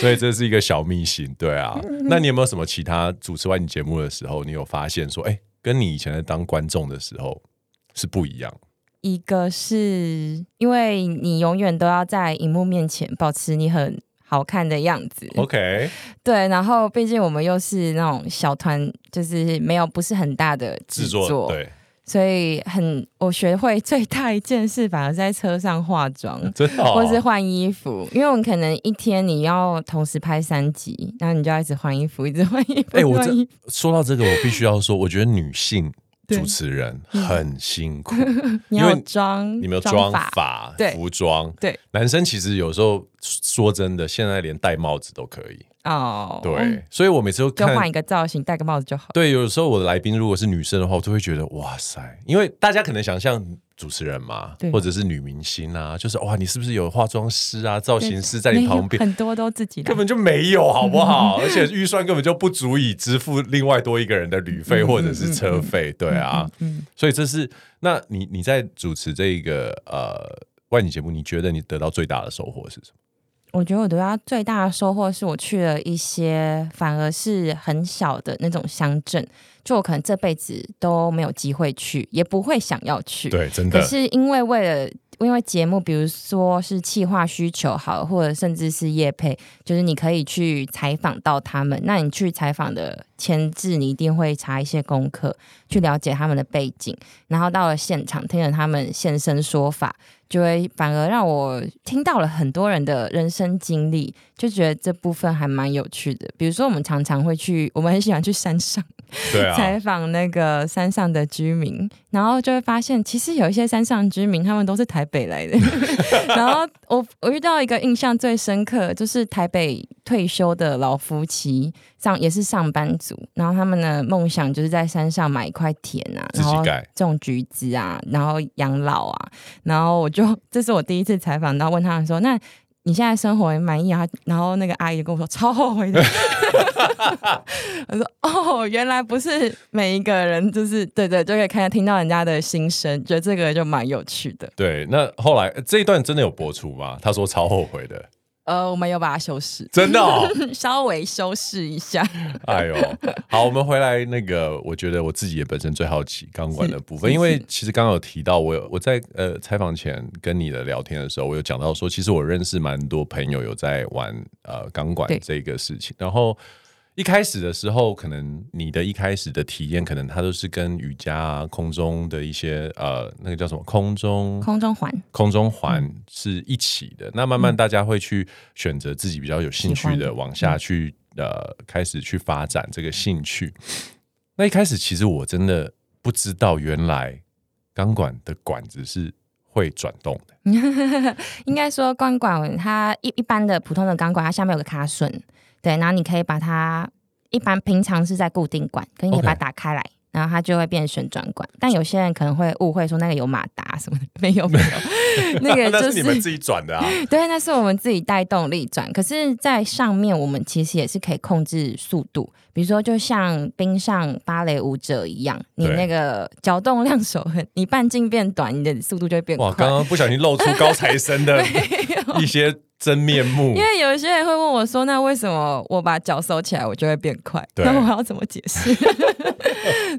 Speaker 4: 所以这是一个小秘辛，对啊。那你有没有什么其他主持完你节目的时候，你有发现说，哎、跟你以前在当观众的时候是不一样？
Speaker 1: 一个是因为你永远都要在荧幕面前保持你很好看的样子
Speaker 4: OK，
Speaker 1: 对。然后，毕竟我们又是那种小团，就是没有不是很大的
Speaker 4: 制
Speaker 1: 制
Speaker 4: 作对，
Speaker 1: 所以很我学会最大一件事，反而是在车上化妆。
Speaker 4: 真的、哦，
Speaker 1: 或是换衣服，因为我们可能一天你要同时拍三集，然后你就要一直换衣服，一直换衣服。
Speaker 4: 哎、我
Speaker 1: 换
Speaker 4: 这
Speaker 1: 衣服
Speaker 4: 说到这个，我必须要说，我觉得女性
Speaker 1: 对嗯
Speaker 4: 主持人很辛苦，
Speaker 1: 你
Speaker 4: 因
Speaker 1: 要
Speaker 4: 为
Speaker 1: 有妆，
Speaker 4: 你们有妆
Speaker 1: 法，
Speaker 4: 法、
Speaker 1: 对
Speaker 4: 服装，
Speaker 1: 对，
Speaker 4: 男生其实有时候说真的，现在连戴帽子都可以，
Speaker 1: 哦，
Speaker 4: 对，，所以我每次都
Speaker 1: 就换
Speaker 4: 看
Speaker 1: 一。个造型，戴个帽子就好。
Speaker 4: 对，有时候我的来宾如果是女生的话，我就会觉得哇塞，因为大家可能想象主持人嘛
Speaker 1: 对，
Speaker 4: 或者是女明星啊，就是哇，你是不是有化妆师啊、造
Speaker 1: 对
Speaker 4: 型 [LAUGHS] 师在你旁
Speaker 1: 没有
Speaker 4: 边？
Speaker 1: 很多都自己来
Speaker 4: [LAUGHS] 根。本就没有，好不 [LAUGHS] 好？而且预算根本就不足以支付另外多一个人的旅费或者是车费，对啊。所以这是，那你你在主持这一个呃外景节目，你觉得你得到最大的收获是什么？
Speaker 1: 我觉得我对他最大的收获是我去了一些反而是很小的那种乡镇，就我可能这辈子都没有机会去，也不会想要去。
Speaker 4: 对，真
Speaker 1: 可是因为为了因为节目，比如说是企划需求好，或者甚至是业配，就是你可以去采访到他们。那你去采访的前置，你一定会查一些功课，去了解他们的背景，然后到了现场听了他们现身说法，就会反而让我听到了很多人的人生经历，就觉得这部分还蛮有趣的。比如说，我们常常会去，我们很喜欢去山上。
Speaker 4: 对啊
Speaker 1: 采，访那个山上的居民，然后就会发现，其实有一些山上居民他们都是台北来
Speaker 4: [LAUGHS]
Speaker 1: 的。然后我我遇到一个印象最深刻，就是台北退休的老夫妻，上也是上班族，然后他们的梦想就是在山上买一块田啊，
Speaker 4: 自
Speaker 1: 然
Speaker 4: 己
Speaker 1: 后
Speaker 4: 盖
Speaker 1: 种橘子啊，然后养老啊。然后我就这是我第一次采访到，问他们说那。你现在生活也满意啊？”然后那个阿姨就跟我说：“超后悔的。” [LAUGHS] 我说：“哦，原来不是每一个人就是对对，就可以看听到人家的心声，觉得这个就蛮有趣的。
Speaker 4: 对，那后来呃这一段真的有播出吗？他说超后悔的，”
Speaker 1: 呃，我们有把它修饰，
Speaker 4: 真的哦
Speaker 1: [LAUGHS] 稍微修饰一下。 [LAUGHS]
Speaker 4: 哎呦，好，我们回来那个，我觉得我自己也本身最好奇钢管的
Speaker 1: 嗯
Speaker 4: 部分，因为其实刚刚有提到我有我在呃采访前跟你的聊天的时候，我有讲到说，其实我认识蛮多朋友有在玩呃钢管
Speaker 1: 对
Speaker 4: 这个事情，然后。一开始的时候，可能你的一开始的体验，可能它都是跟瑜伽啊、空中的一些呃，那个叫什么空中
Speaker 1: 空中环，
Speaker 4: 空中环
Speaker 1: 嗯
Speaker 4: 是一起的。那慢慢大家会去选择自己比较有兴趣
Speaker 1: 喜欢
Speaker 4: 的，
Speaker 1: 的嗯
Speaker 4: 往下去呃开始去发展这个兴趣。那一开始其实我真的不知道，原来钢管的管子是会转动的。
Speaker 1: 应该说钢管它一一般的普通的钢管，它下面有个卡榫，对，然后你可以把它一般平常是在固定管，可是你可以
Speaker 4: OK
Speaker 1: 把它打开来。然后它就会变旋转管，但有些人可能会误会说那个有马达什么的，没有没
Speaker 4: [LAUGHS]
Speaker 1: 有， [LAUGHS] 那个就
Speaker 4: 那是你们自己
Speaker 1: [LAUGHS]
Speaker 4: 转的啊。
Speaker 1: 对，那是我们自己带动力转。可是，在上面我们其实也是可以控制速度，比如说就像冰上芭蕾舞者一样，你
Speaker 4: 对
Speaker 1: 那个脚动量手很，你半径变短，你的速度就会变
Speaker 4: 哇，刚
Speaker 1: 快。
Speaker 4: 刚不小心露出高材
Speaker 1: [LAUGHS]
Speaker 4: 生的一些真面目
Speaker 1: 因。为有些人会问我说：“那为什么我把脚收起来，我就会变快？
Speaker 4: 对
Speaker 1: 那我要怎么解释？” [LAUGHS]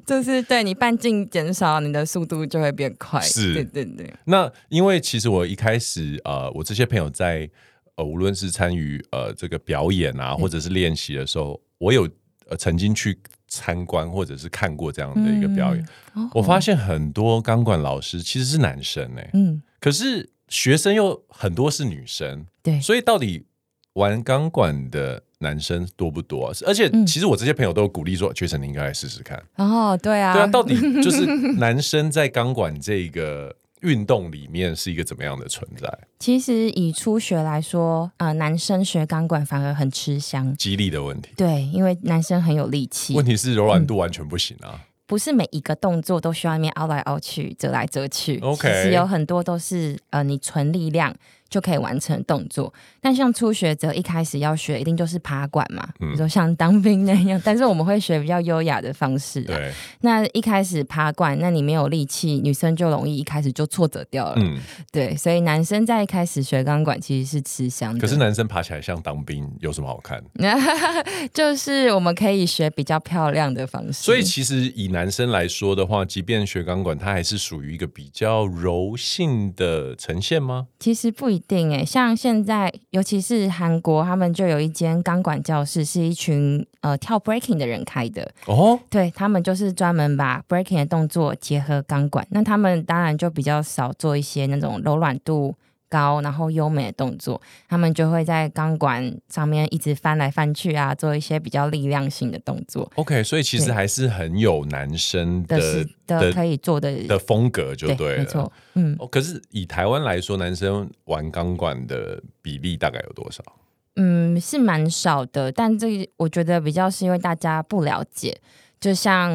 Speaker 1: 就是对你半径减少，你的速度就会变快。
Speaker 4: 是
Speaker 1: 对对对，
Speaker 4: 那因为其实我一开始呃，我这些朋友在呃，无论是参与呃这个表演啊，或者是练习的时候，我有呃曾经去参观或者是看过这样的一个表演，
Speaker 1: 哦
Speaker 4: 我发现很多钢管老师其实是男生哎、
Speaker 1: 嗯，
Speaker 4: 可是学生又很多是女生，
Speaker 1: 对，
Speaker 4: 所以到底玩钢管的男生多不多、啊？而且
Speaker 1: 嗯
Speaker 4: 其实我这些朋友都有鼓励说，觉得你应该来试试看。
Speaker 1: 然后对啊，
Speaker 4: 对啊，到底就是男生在钢管这个运动里面是一个怎么样的存在？ [LAUGHS]
Speaker 1: 其实以初学来说，呃，男生学钢管反而很吃香。
Speaker 4: 肌力的问题，
Speaker 1: 对，因为男生很有力气
Speaker 4: 问，题是柔软度完全不行啊。
Speaker 1: 不是每一个动作都需要那边凹来凹去、折来折去。
Speaker 4: OK
Speaker 1: 其实有很多都是呃，你纯力量就可以完成的动作。但像初学者一开始要学，一定就是爬管嘛，比
Speaker 4: 嗯
Speaker 1: 如说像当兵那样。 [LAUGHS] 但是我们会学比较优雅的方式、啊。
Speaker 4: 对，
Speaker 1: 那一开始爬管，那你没有力气，女生就容易一开始就挫折掉了。
Speaker 4: 嗯，
Speaker 1: 对，所以男生在一开始学钢管其实是吃香的。
Speaker 4: 可是男生爬起来像当兵有什么好看？
Speaker 1: 嗯就是我们可以学比较漂亮的方式，
Speaker 4: 所以其实以男生来说的话，即便学钢管，它还是属于一个比较柔性的呈现吗？
Speaker 1: 其实不一定诶，像现在尤其是韩国，他们就有一间钢管教室，是一群呃跳 breaking 的人开的，
Speaker 4: 哦，
Speaker 1: 对他们就是专门把 breaking 的动作结合钢管，那他们当然就比较少做一些那种柔软度。高，然后优美的动作，他们就会在钢管上面一直翻来翻去啊，做一些比较力量性的动作
Speaker 4: OK，所以其实
Speaker 1: 对
Speaker 4: 还是很有男生
Speaker 1: 的
Speaker 4: 的
Speaker 1: 是的可以做的
Speaker 4: 的风格就
Speaker 1: 对，
Speaker 4: 对
Speaker 1: 没
Speaker 4: 了
Speaker 1: 错。，嗯，
Speaker 4: 哦，可是以台湾来说，男生玩钢管的比例大概有多少？
Speaker 1: 嗯，是蛮少的，但这我觉得比较是因为大家不了解。就像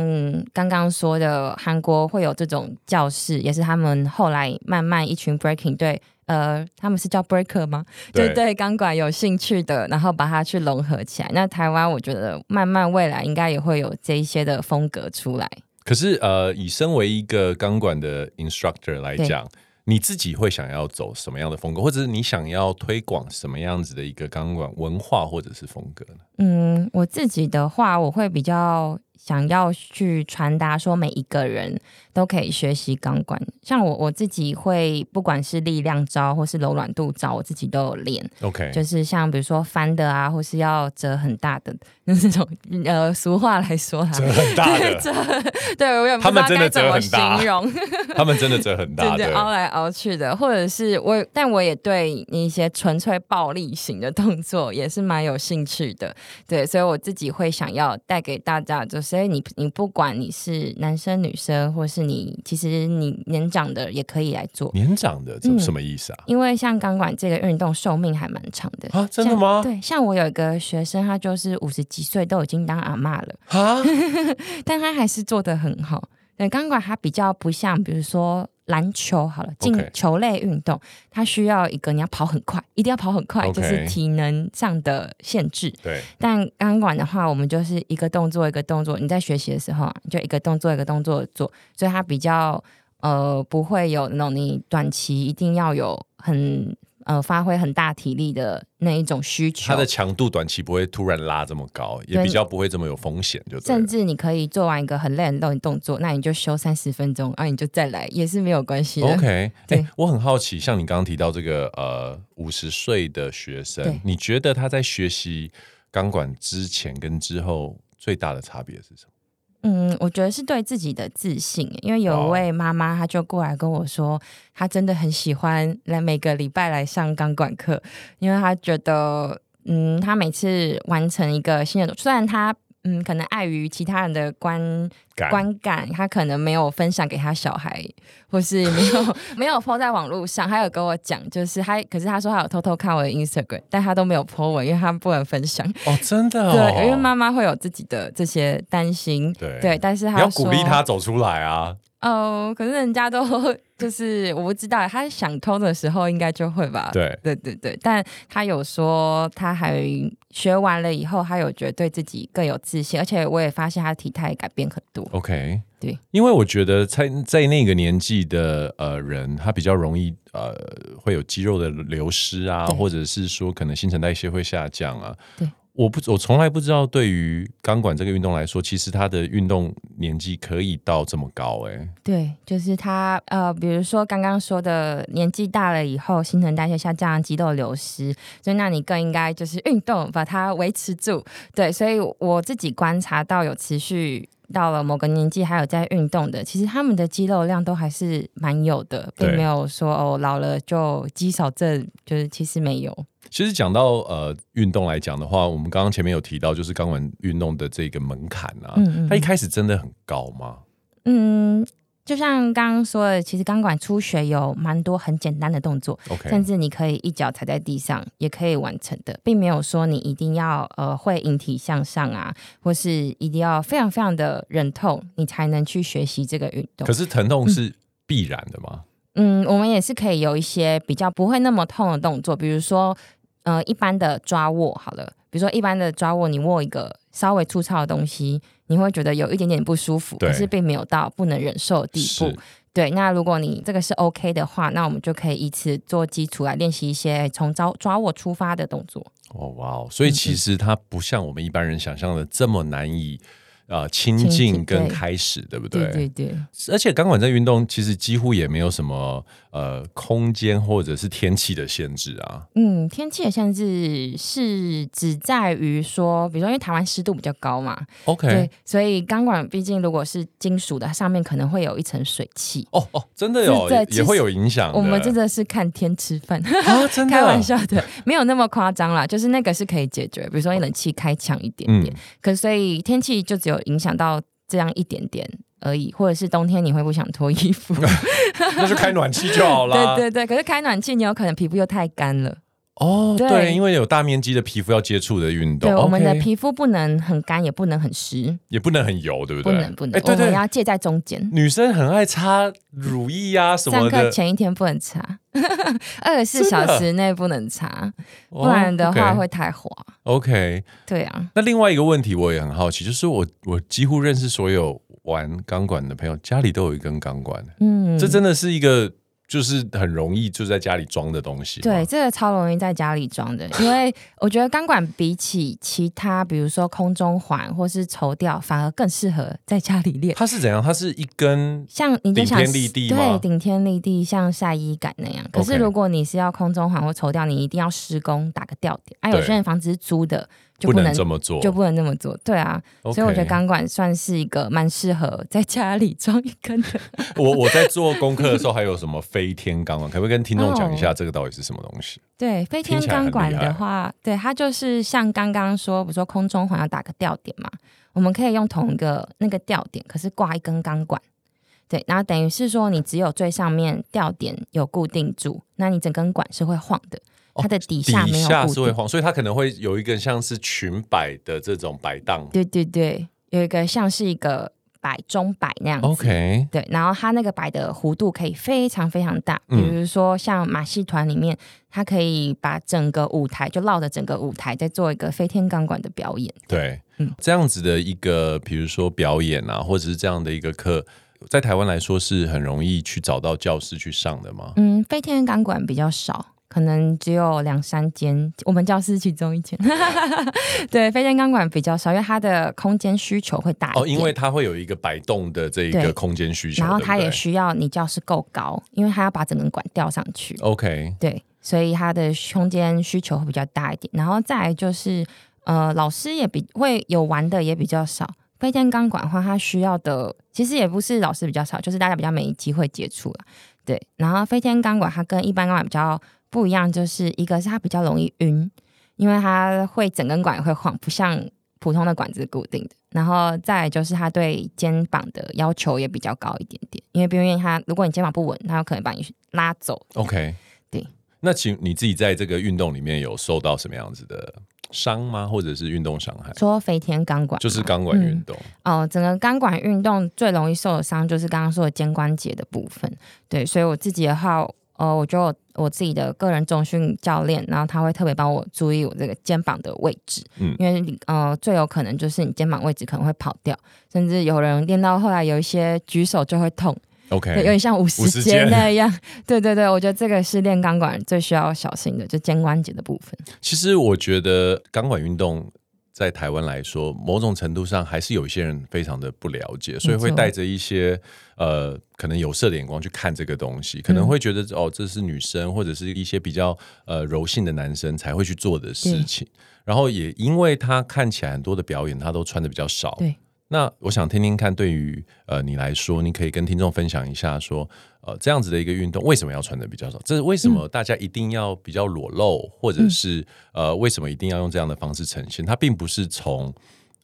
Speaker 1: 刚刚说的，韩国会有这种教室，也是他们后来慢慢一群 breaking 对，呃，他们是叫 breaker 吗？
Speaker 4: 对
Speaker 1: 就对钢管有兴趣的，然后把它去融合起来。那台湾我觉得慢慢未来应该也会有这一些的风格出来。
Speaker 4: 可是呃，以身为一个钢管的 instructor 来
Speaker 1: 对
Speaker 4: 讲，你自己会想要走什么样的风格，或者是你想要推广什么样子的一个钢管文化或者是风格呢？
Speaker 1: 嗯，我自己的话，我会比较想要去传达说，每一个人都可以学习钢管。像我我自己会，不管是力量招或是柔软度招，我自己都有练。
Speaker 4: OK，
Speaker 1: 就是像比如说翻的啊，或是要折很大的 [LAUGHS] 那种，呃，俗话来说啦，
Speaker 4: 很大 [LAUGHS] 的，
Speaker 1: [LAUGHS] 对，我也不
Speaker 4: 他
Speaker 1: 知
Speaker 4: 们
Speaker 1: 道
Speaker 4: 真的
Speaker 1: 该怎
Speaker 4: 折
Speaker 1: 么
Speaker 4: 很大
Speaker 1: 形容。
Speaker 4: 他们真的折很大
Speaker 1: 对对，凹
Speaker 4: 的。哦
Speaker 1: 来凹去的，或者是我，但我也对一些纯粹暴力型的动作也是蛮有兴趣的。 [LAUGHS] 对，所以我自己会想要带给大家，就所以你你不管你是男生女生，或是你其实你年长的也可以来做，
Speaker 4: 年长的什么
Speaker 1: 嗯
Speaker 4: 什么意思啊？
Speaker 1: 因为像钢管这个运动寿命还蛮长的。
Speaker 4: 啊，真的吗
Speaker 1: 像？对，像我有一个学生，他就是五十几岁都已经当阿嬷了，
Speaker 4: 啊， [LAUGHS]
Speaker 1: 但他还是做得很好。对，钢管它比较不像，比如说篮球好了，进
Speaker 4: OK
Speaker 1: 球类运动它需要一个你要跑很快，一定要跑很快
Speaker 4: OK
Speaker 1: 就是体能上的限制。
Speaker 4: 对，
Speaker 1: 但钢管的话，我们就是一个动作一个动作，你在学习的时候啊，你就一个动作一个动作地做，所以它比较呃不会有那种你短期一定要有很呃发挥很大体力的那一种需求
Speaker 4: 它。的强度短期不会突然拉这么高，也
Speaker 1: 对
Speaker 4: 比较不会这么有风险，就对了
Speaker 1: 甚至你可以做完一个很累很累的动作，那你就休三十分钟，啊，你就再来也是没有关系的。
Speaker 4: OK，哎、
Speaker 1: 对
Speaker 4: 我很好奇，像你刚刚提到这个呃五十岁的学生
Speaker 1: 对，
Speaker 4: 你觉得他在学习钢管之前跟之后最大的差别是什么？
Speaker 1: 嗯，我觉得是对自己的自信，因为有一
Speaker 4: 哦
Speaker 1: 位妈妈，她就过来跟我说，她真的很喜欢来每个礼拜来上钢管课，因为她觉得，嗯，她每次完成一个新的，虽然她。嗯，可能碍于其他人的观
Speaker 4: 感
Speaker 1: 观感，她可能没有分享给她小孩，或是没有 [LAUGHS] 没有 po 在网络上。她有跟我讲，就是她，可是她说她有偷偷看我的 Instagram，但她都没有 po 我，因为她不能分享。
Speaker 4: 哦，真的哦，
Speaker 1: 对，因为妈妈会有自己的这些担心，
Speaker 4: 对
Speaker 1: 但是
Speaker 4: 你
Speaker 1: 她
Speaker 4: 要
Speaker 1: 说
Speaker 4: 鼓励他走出来啊，
Speaker 1: 哦，可是人家都就是我不知道，他想通的时候应该就会吧。
Speaker 4: 对
Speaker 1: 对对对，但他有说他还学完了以后，他有觉得对自己更有自信，而且我也发现他体态改变很多。
Speaker 4: OK，
Speaker 1: 对，
Speaker 4: 因为我觉得在在那个年纪的呃人，他比较容易呃会有肌肉的流失啊，
Speaker 1: 对
Speaker 4: 或者是说可能新陈代谢会下降啊。
Speaker 1: 对，
Speaker 4: 我不我从来不知道，对于钢管这个运动来说，其实他的运动年纪可以到这么高哎、
Speaker 1: 对，就是他呃，比如说刚刚说的，年纪大了以后，新陈代谢下降，肌肉流失，所以那你更应该就是运动把它维持住。对，所以我自己观察到有持续到了某个年纪还有在运动的，其实他们的肌肉量都还是蛮有的，
Speaker 4: 对
Speaker 1: 并没有说哦老了就肌少症，就是其实没有。
Speaker 4: 其实讲到呃运动来讲的话，我们刚刚前面有提到，就是钢管运动的这个门槛啊，
Speaker 1: 嗯嗯
Speaker 4: 它一开始真的很高吗？
Speaker 1: 嗯，就像刚刚说的，其实钢管初学有蛮多很简单的动作，
Speaker 4: OK
Speaker 1: 甚至你可以一脚踩在地上也可以完成的，并没有说你一定要呃会引体向上啊，或是一定要非常非常的忍痛，你才能去学习这个运动
Speaker 4: 可。是疼痛是必然的吗？
Speaker 1: 嗯，我们也是可以有一些比较不会那么痛的动作，比如说呃一般的抓握好了，比如说一般的抓握，你握一个稍微粗糙的东西，你会觉得有一点点不舒服，
Speaker 4: 对
Speaker 1: 可是并没有到不能忍受的地步
Speaker 4: 是。
Speaker 1: 对，那如果你这个是 OK 的话，那我们就可以以此做基础来练习一些从抓抓握出发的动作。
Speaker 4: 哦，哇哦！所
Speaker 1: 嗯
Speaker 4: 以其实它不像我们一般人想象的这么难以呃亲
Speaker 1: 亲
Speaker 4: 近
Speaker 1: 近
Speaker 4: 跟
Speaker 1: 对
Speaker 4: 开始，对不对？
Speaker 1: 对对对，
Speaker 4: 而且钢管这运动其实几乎也没有什么呃空间或者是天气的限制啊。
Speaker 1: 嗯，天气的限制是只在于说，比如说因为台湾湿度比较高嘛，对
Speaker 4: OK，，
Speaker 1: 所以钢管毕竟如果是金属的，它上面可能会有一层水汽。
Speaker 4: 哦哦，真的有
Speaker 1: 是在
Speaker 4: 也也会有影响的。
Speaker 1: 我们真的是看天吃饭，
Speaker 4: 啊，真的
Speaker 1: [LAUGHS] 开玩，笑的，没有那么夸张啦，就是那个是可以解决，比如说你冷气开强一点点，
Speaker 4: 嗯
Speaker 1: 可所以天气就只有影响到这样一点点而已，或者是冬天你会不想脱衣服，
Speaker 4: 那就开暖气就好
Speaker 1: [LAUGHS]
Speaker 4: 啦。
Speaker 1: 对对对，可是开暖气你有可能皮肤又太干了，
Speaker 4: 哦，
Speaker 1: 对
Speaker 4: 对，因为有大面积的皮肤要接触的运动
Speaker 1: 对，我们的
Speaker 4: OK
Speaker 1: 皮肤不能很干，也不能很湿，
Speaker 4: 也不能很油，对不
Speaker 1: 不
Speaker 4: 对？
Speaker 1: 能不能，
Speaker 4: 哎对
Speaker 1: 我
Speaker 4: 对
Speaker 1: 们，要介在中间。
Speaker 4: 女生很爱擦乳液啊什
Speaker 1: 上
Speaker 4: 么
Speaker 1: 课
Speaker 4: 的，
Speaker 1: 前一天不能擦，二十四小时内不能擦，
Speaker 4: 不
Speaker 1: 不然
Speaker 4: 哦
Speaker 1: 的话会太滑。
Speaker 4: OK。
Speaker 1: 对啊，
Speaker 4: 那另外一个问题我也很好奇，就是我我几乎认识所有玩钢管的朋友，家里都有一根钢管，
Speaker 1: 嗯，
Speaker 4: 这真的是一个就是很容易就在家里装的东西。
Speaker 1: 对，，这个超容易在家里装的，因为我觉得钢管比起其他，比如说空中环或是绸吊，反而更适合在家里练。
Speaker 4: 它是怎样？它是一根
Speaker 1: 像你就想
Speaker 4: 顶天立地吗
Speaker 1: 对，顶天立地，像晒衣杆那样。可是
Speaker 4: OK
Speaker 1: 如果你是要空中环或绸吊，你一定要施工打个吊点。啊，有
Speaker 4: 对
Speaker 1: 些人房子是租的，就
Speaker 4: 不能
Speaker 1: 能
Speaker 4: 这么做，
Speaker 1: 就不能那么做。对啊
Speaker 4: OK
Speaker 1: 所以我觉得钢管算是一个蛮适合在家里装一根的。
Speaker 4: [LAUGHS] 我我在做功课的时候还有什么飞天钢管，可不可以跟听众讲一
Speaker 1: 哦
Speaker 4: 下这个到底是什么东西？
Speaker 1: 对，飞天
Speaker 4: 听起来很
Speaker 1: 钢
Speaker 4: 厉
Speaker 1: 管
Speaker 4: 害
Speaker 1: 的话，对它就是像刚刚说，比如说空中环要啊打个吊点嘛，我们可以用同一个那个吊点，可是挂一根钢管。对，然后等于是说，你只有最上面吊点有固定住，那你整根管是会晃的，它的底下
Speaker 4: 哦底
Speaker 1: 没有
Speaker 4: 下
Speaker 1: 固
Speaker 4: 是会
Speaker 1: 定。
Speaker 4: 晃，所以它可能会有一个像是裙摆的这种摆荡。
Speaker 1: 对对对，有一个像是一个百、中百那样子。
Speaker 4: OK，
Speaker 1: 对，然后它那个摆的弧度可以非常非常大，比
Speaker 4: 嗯
Speaker 1: 如说像马戏团里面，它可以把整个舞台就绕着整个舞台再做一个飞天钢管的表演。
Speaker 4: 对，
Speaker 1: 嗯
Speaker 4: 这样子的一个，比如说表演啊，或者是这样的一个课，在台湾来说是很容易去找到教室去上的吗？
Speaker 1: 嗯，飞天钢管比较少，可能只有两三间，我们教室其中一间。 [LAUGHS] 对，飞天钢管比较少，因为它的空间需求会大一点。
Speaker 4: 哦，因为它会有一个摆动的这一个
Speaker 1: 对
Speaker 4: 空间需求，
Speaker 1: 然后它
Speaker 4: 对不
Speaker 1: 也
Speaker 4: 对
Speaker 1: 需要你教室够高，因为它要把整根管吊上去。
Speaker 4: OK，
Speaker 1: 对，所以它的空间需求会比较大一点。然后再来就是，呃，老师也比会有玩的也比较少。飞天钢管的话，它需要的其实也不是老师比较少，就是大家比较没机会接触了。对，然后飞天钢管它跟一般钢管比较不一样，就是一个是它比较容易晕，因为它会整根管也会晃，不像普通的管子固定的。然后再来就是它对肩膀的要求也比较高一点点，因为毕竟它如果你肩膀不稳，它有可能把你拉走
Speaker 4: OK，
Speaker 1: 对。
Speaker 4: 那请你自己在这个运动里面有受到什么样子的伤吗？或者是运动伤害？
Speaker 1: 说飞天钢管吗，
Speaker 4: 就是钢管运动，
Speaker 1: 哦，整个钢管运动最容易受的伤就是刚刚说的肩关节的部分。对，所以我自己的话，呃，我就我自己的个人重训教练，然后他会特别帮我注意我这个肩膀的位置，
Speaker 4: 嗯
Speaker 1: 因为你呃最有可能就是你肩膀位置可能会跑掉，甚至有人练到后来有一些举手就会痛，对有
Speaker 4: OK，
Speaker 1: 点像五
Speaker 4: 哎五
Speaker 1: 十
Speaker 4: 十
Speaker 1: 肩
Speaker 4: 肩
Speaker 1: 那样。 [LAUGHS] 对对对，我觉得这个是练钢管最需要小心的，就肩关节的部分。
Speaker 4: 其实我觉得钢管运动在台湾来说，某种程度上还是有一些人非常的不了解，所以会带着一些呃可能有色的眼光去看这个东西，可能会觉得、哦这是女生或者是一些比较呃柔性的男生才会去做的事情。然后也因为他看起来很多的表演，他都穿的比较少，
Speaker 1: 对。
Speaker 4: 那我想听听看，对于呃你来说，你可以跟听众分享一下说，呃这样子的一个运动为什么要穿的比较少？这是为什
Speaker 1: 嗯
Speaker 4: 么大家一定要比较裸露，或者是呃为什么一定要用这样的方式呈现？它并不是从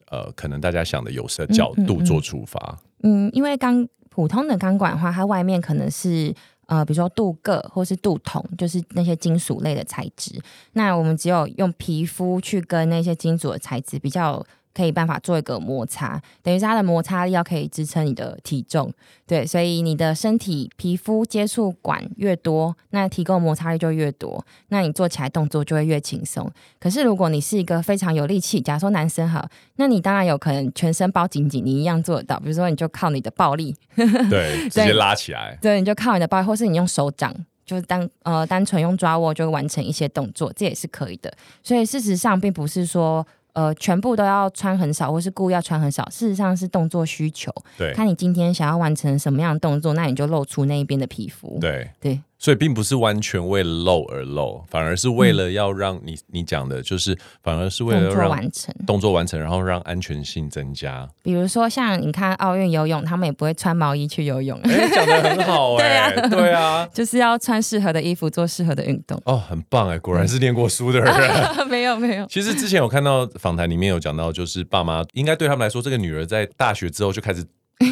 Speaker 4: 呃可能大家想的有色角度做出发。
Speaker 1: 嗯，因为钢普通的钢管的话，它外面可能是呃，比如说镀铬或是镀铜，就是那些金属类的材质。那我们只有用皮肤去跟那些金属的材质比较。可以办法做一个摩擦，等于是它的摩擦力要可以支撑你的体重，对，所以你的身体皮肤接触管越多，那提供摩擦力就越多，那你做起来动作就会越轻松。可是如果你是一个非常有力气，假如说男生好，那你当然有可能全身包紧紧，你一样做得到。比如说，你就靠你的暴力， [LAUGHS]
Speaker 4: 对，直接拉起来。
Speaker 1: 对，你就靠你的暴力，或是你用手掌，就是单呃单纯用抓握就完成一些动作，这也是可以的。所以事实上并不是说呃全部都要穿很少，或是故意要穿很少，事实上是动作需求，
Speaker 4: 对
Speaker 1: 看你今天想要完成什么样的动作，那你就露出那一边的皮肤。
Speaker 4: 对，
Speaker 1: 对
Speaker 4: 所以并不是完全为了露而露，反而是为了要让你、你讲的，就是反而是为了
Speaker 1: 嗯动作
Speaker 4: 让
Speaker 1: 完成。
Speaker 4: 动作完成，然后让安全性增加。
Speaker 1: 比如说像你看奥运游泳，他们也不会穿毛衣去游泳， [LAUGHS]
Speaker 4: 哎、讲的很好哎、对啊，
Speaker 1: 就是要穿适合的衣服做适合的运动。
Speaker 4: 哦，很棒哎、果然是念过书的人。
Speaker 1: [LAUGHS] 没有没有，
Speaker 4: 其实之前有看到访谈里面有讲到，就是爸妈应该对他们来说，这个女儿在大学之后就开始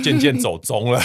Speaker 4: 渐渐走中 [LAUGHS] 了。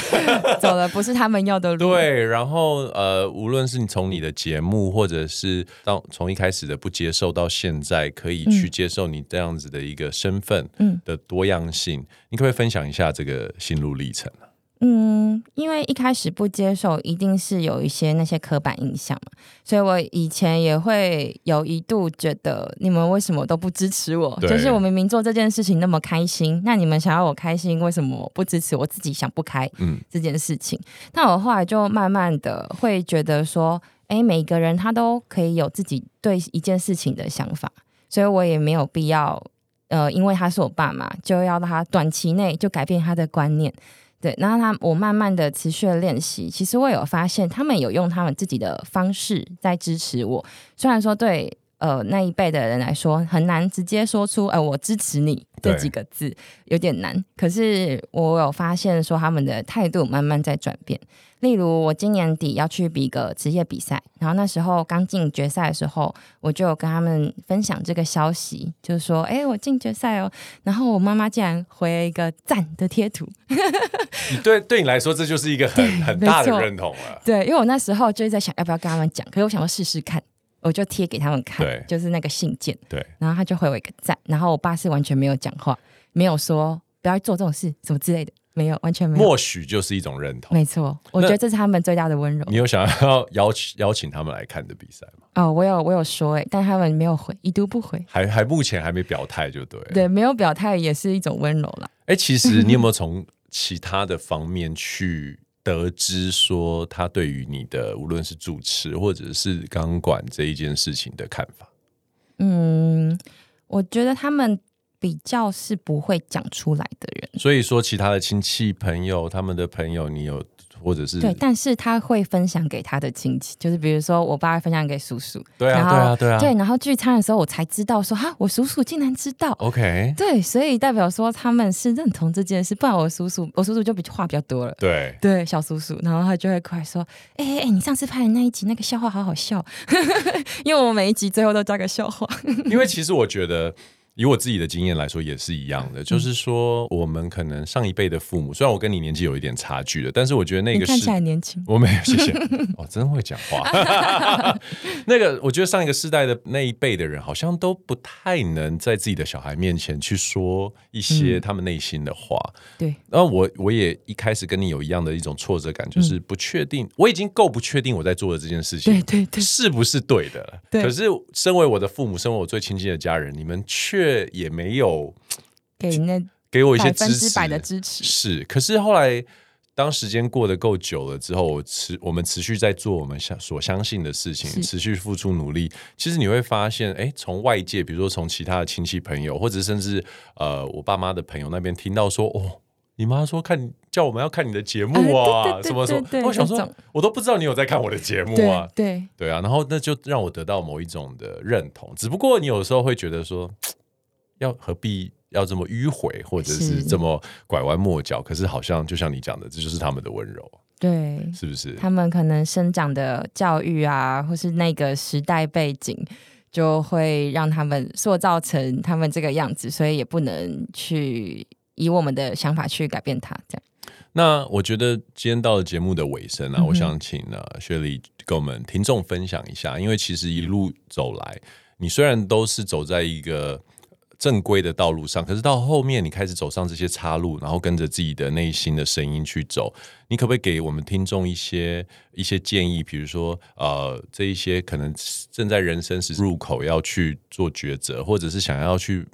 Speaker 1: 走了不是他们要的路。
Speaker 4: 对，然后呃，无论是你从你的节目，或者是到从一开始的不接受到现在可以去接受你这样子的一个身份
Speaker 1: 嗯
Speaker 4: 的多样性，你可不可以分享一下这个心路历程啊？
Speaker 1: 嗯，因为一开始不接受，一定是有一些那些刻板印象嘛，所以我以前也会有一度觉得你们为什么都不支持我？
Speaker 4: 对
Speaker 1: 就是我明明做这件事情那么开心，那你们想要我开心，为什么不支持我自己想不开
Speaker 4: 嗯，
Speaker 1: 这件事情？但我后来就慢慢的会觉得说，哎，每个人他都可以有自己对一件事情的想法，所以我也没有必要。呃，因为他是我爸妈，就要让他短期内就改变他的观念，对，然后他我慢慢的持续的练习，其实我有发现他们有用他们自己的方式在支持我，虽然说对。呃，那一辈的人来说很难直接说出“呃，我支持你”这
Speaker 4: 对
Speaker 1: 几个字，有点难。可是我有发现说他们的态度慢慢在转变。例如，我今年底要去比一个职业比赛，然后那时候刚进决赛的时候，我就有跟他们分享这个消息，就是说：“哎、我进决赛哦。”然后我妈妈竟然回了一个赞的贴图，
Speaker 4: 你对对你来说，这就是一个很很
Speaker 1: 没
Speaker 4: 大的
Speaker 1: 错
Speaker 4: 认同了。
Speaker 1: 对，因为我那时候就是在想要不要跟他们讲，可是我想要试试看，我就贴给他们看
Speaker 4: 对，
Speaker 1: 就是那个信件，
Speaker 4: 对，
Speaker 1: 然后他就回我一个赞，然后我爸是完全没有讲话，没有说不要做这种事什么之类的，没有，完全没有，
Speaker 4: 默许就是一种认同。
Speaker 1: 没错，我觉得这是他们最大的温柔。
Speaker 4: 你有想要邀请邀请他们来看的比赛吗？
Speaker 1: 哦，我有我有说哎、但他们没有回，已读不回。
Speaker 4: 还还目前还没表态就对了。
Speaker 1: 对，没有表态也是一种温柔啦。
Speaker 4: 哎、其实你有
Speaker 1: [LAUGHS]
Speaker 4: 没有从其他的方面去得知说他对于你的无论是主持或者是钢管这一件事情的看法？
Speaker 1: 嗯，我觉得他们比较是不会讲出来的人，
Speaker 4: 所以说，其他的亲戚朋友、他们的朋友，你有或者是
Speaker 1: 对，但是他会分享给他的亲戚，就是比如说我爸会分享给叔叔，
Speaker 4: 对啊
Speaker 1: 然后
Speaker 4: 对啊对啊
Speaker 1: 对，然后聚餐的时候我才知道说哈，我叔叔竟然知道。
Speaker 4: 哦
Speaker 1: [LAUGHS]
Speaker 4: OK，
Speaker 1: 对，所以代表说他们是认同这件事，不然我叔叔，我叔叔就比话比较多了。
Speaker 4: 对，
Speaker 1: 对，小叔叔，然后他就会过来说：“哎哎哎，你上次拍的那一集那个笑话好好笑， [LAUGHS] 因为我每一集最后都加个笑话。
Speaker 4: 因为其实我觉得，以我自己的经验来说，也是一样的。
Speaker 1: 嗯
Speaker 4: 就是说，我们可能上一辈的父母，虽然我跟你年纪有一点差距了，但是我觉得那
Speaker 1: 你
Speaker 4: 个
Speaker 1: 看
Speaker 4: 是
Speaker 1: 起来年轻，
Speaker 4: [LAUGHS] 我没有，谢谢。哦，真会讲
Speaker 1: [LAUGHS]
Speaker 4: 话。那个，我觉得上一个世代的那一辈的人，好像都不太能在自己的小孩面前去说一些
Speaker 1: 嗯
Speaker 4: 他们内心的话。
Speaker 1: 对，
Speaker 4: 然后我我也一开始跟你有一样的一种挫折感，就是不确定，我已经够不确定我在做的这件事情，
Speaker 1: 嗯对对对
Speaker 4: 是不是对的了？
Speaker 1: 对
Speaker 4: 可是身为我的父母，身为我最亲近的家人，你们却也没有
Speaker 1: 给那
Speaker 4: 给我一些
Speaker 1: 百
Speaker 4: 支
Speaker 1: 分
Speaker 4: 持，
Speaker 1: 之百的支持。
Speaker 4: 是，可是后来当时间过得够久了之后，我持我们持续在做我们相所相信的事情，
Speaker 1: 是
Speaker 4: 持续付出努力，其实你会发现，哎，从外界，比如说从其他的亲戚朋友，或者甚至呃我爸妈的朋友那边听到说，哦。你妈说看叫我们要看你的节目啊，
Speaker 1: 啊对对对
Speaker 4: 什么什么
Speaker 1: 对对，
Speaker 4: 我想
Speaker 1: 那
Speaker 4: 说
Speaker 1: 种，
Speaker 4: 我都不知道你有在看我的节目啊
Speaker 1: 对，对，
Speaker 4: 对啊，然后那就让我得到某一种的认同。只不过你有时候会觉得说，嘖要何必要这么迂回，或者是
Speaker 1: 是
Speaker 4: 这么拐弯抹角？可是好像就像你讲的，这就是他们的温柔，
Speaker 1: 对
Speaker 4: 是不是？
Speaker 1: 他们可能生长的教育啊，或是那个时代背景，就会让他们塑造成他们这个样子，所以也不能去以我们的想法去改变他。这样，
Speaker 4: 那我觉得今天到了节目的尾声啊，
Speaker 1: 嗯哼
Speaker 4: 我想请呢、雪莉跟我们听众分享一下，因为其实一路走来，你虽然都是走在一个正规的道路上，可是到后面你开始走上这些岔路，然后跟着自己的内心的声音去走，你可不可以给我们听众一些一些建议？比如说，呃，这一些可能正在人生十字路口要去做抉择，或者是想要去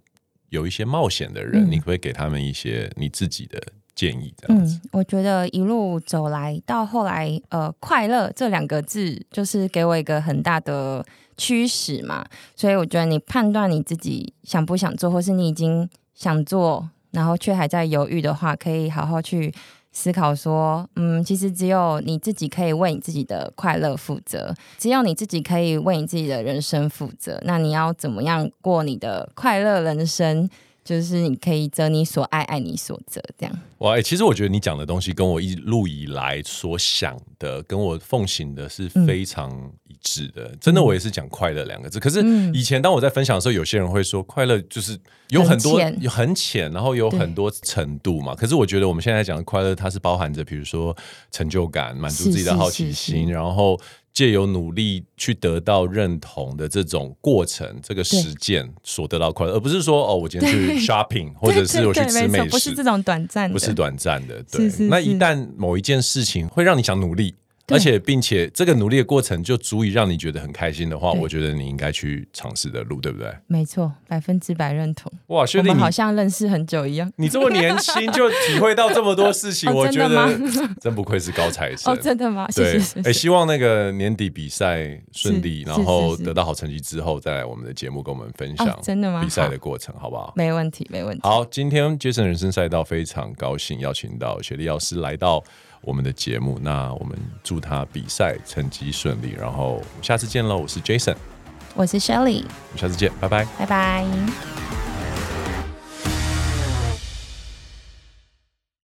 Speaker 4: 有一些冒险的人，
Speaker 1: 嗯
Speaker 4: 你可不可以给他们一些你自己的建议？这样子。
Speaker 1: 嗯，我觉得一路走来到后来，呃，快乐这两个字就是给我一个很大的驱使嘛。所以我觉得你判断你自己想不想做，或是你已经想做，然后却还在犹豫的话，可以好好去思考说，嗯，其实只有你自己可以为你自己的快乐负责，只有你自己可以为你自己的人生负责。那你要怎么样过你的快乐人生？就是你可以择你所爱，爱你所择，这样。
Speaker 4: 哇、欸，其实我觉得你讲的东西跟我一路以来所想的，跟我奉行的是
Speaker 1: 嗯
Speaker 4: 非常一致的。真的，我也是讲快乐两个字。可是
Speaker 1: 嗯
Speaker 4: 以前当我在分享的时候，有些人会说快乐就是有很多
Speaker 1: 很浅
Speaker 4: 有很浅，然后有
Speaker 1: 对
Speaker 4: 很多程度嘛。可是我觉得我们现在讲的快乐，它是包含着比如说成就感、满足
Speaker 1: 是
Speaker 4: 自己的
Speaker 1: 是
Speaker 4: 好
Speaker 1: 是
Speaker 4: 奇
Speaker 1: 是
Speaker 4: 心，然后借由努力去得到认同的这种过程，这个实践所得到快乐，而不是说哦，我今天去
Speaker 1: [LAUGHS]
Speaker 4: shopping，或者是我去
Speaker 1: 对对对
Speaker 4: 吃
Speaker 1: 没错
Speaker 4: 美
Speaker 1: 不
Speaker 4: 食
Speaker 1: 是这，种短暂的，
Speaker 4: 不是短暂的，对。
Speaker 1: 是是
Speaker 4: 那一
Speaker 1: 是
Speaker 4: 旦某一件事情会让你想努力，而且并且这个努力的过程就足以让你觉得很开心的话，
Speaker 1: 对
Speaker 4: 我觉得你应该去尝试的路，对不对？
Speaker 1: 没错，百分之百认同。
Speaker 4: 哇，薛
Speaker 1: 我
Speaker 4: 定
Speaker 1: 们
Speaker 4: 你
Speaker 1: 好像认识很久一样。
Speaker 4: 你这么年轻就体会到这么多事
Speaker 1: [LAUGHS]
Speaker 4: 情，
Speaker 1: 哦
Speaker 4: 我觉
Speaker 1: 真的
Speaker 4: 得
Speaker 1: 吗
Speaker 4: 真不愧是高材
Speaker 1: [LAUGHS]
Speaker 4: 生。
Speaker 1: 哦，真的吗？谢
Speaker 4: 对
Speaker 1: 谢，谢谢。
Speaker 4: 哎，希望那个年底比赛顺利，
Speaker 1: 是
Speaker 4: 然后
Speaker 1: 是是
Speaker 4: 得到好成绩之后，再来我们的节目跟我们分享
Speaker 1: 哦真的吗
Speaker 4: 比赛
Speaker 1: 好
Speaker 4: 的过程，好不好？
Speaker 1: 没问题，没问题。
Speaker 4: 好，今天杰森人生赛道非常高兴邀请到雪莉老师来到我们的节目，那我们祝他比赛成绩顺利，然后我们下次见喽！我是 Jason，
Speaker 1: 我是 Shelly，
Speaker 4: 我们下次见，拜拜。
Speaker 1: 拜拜。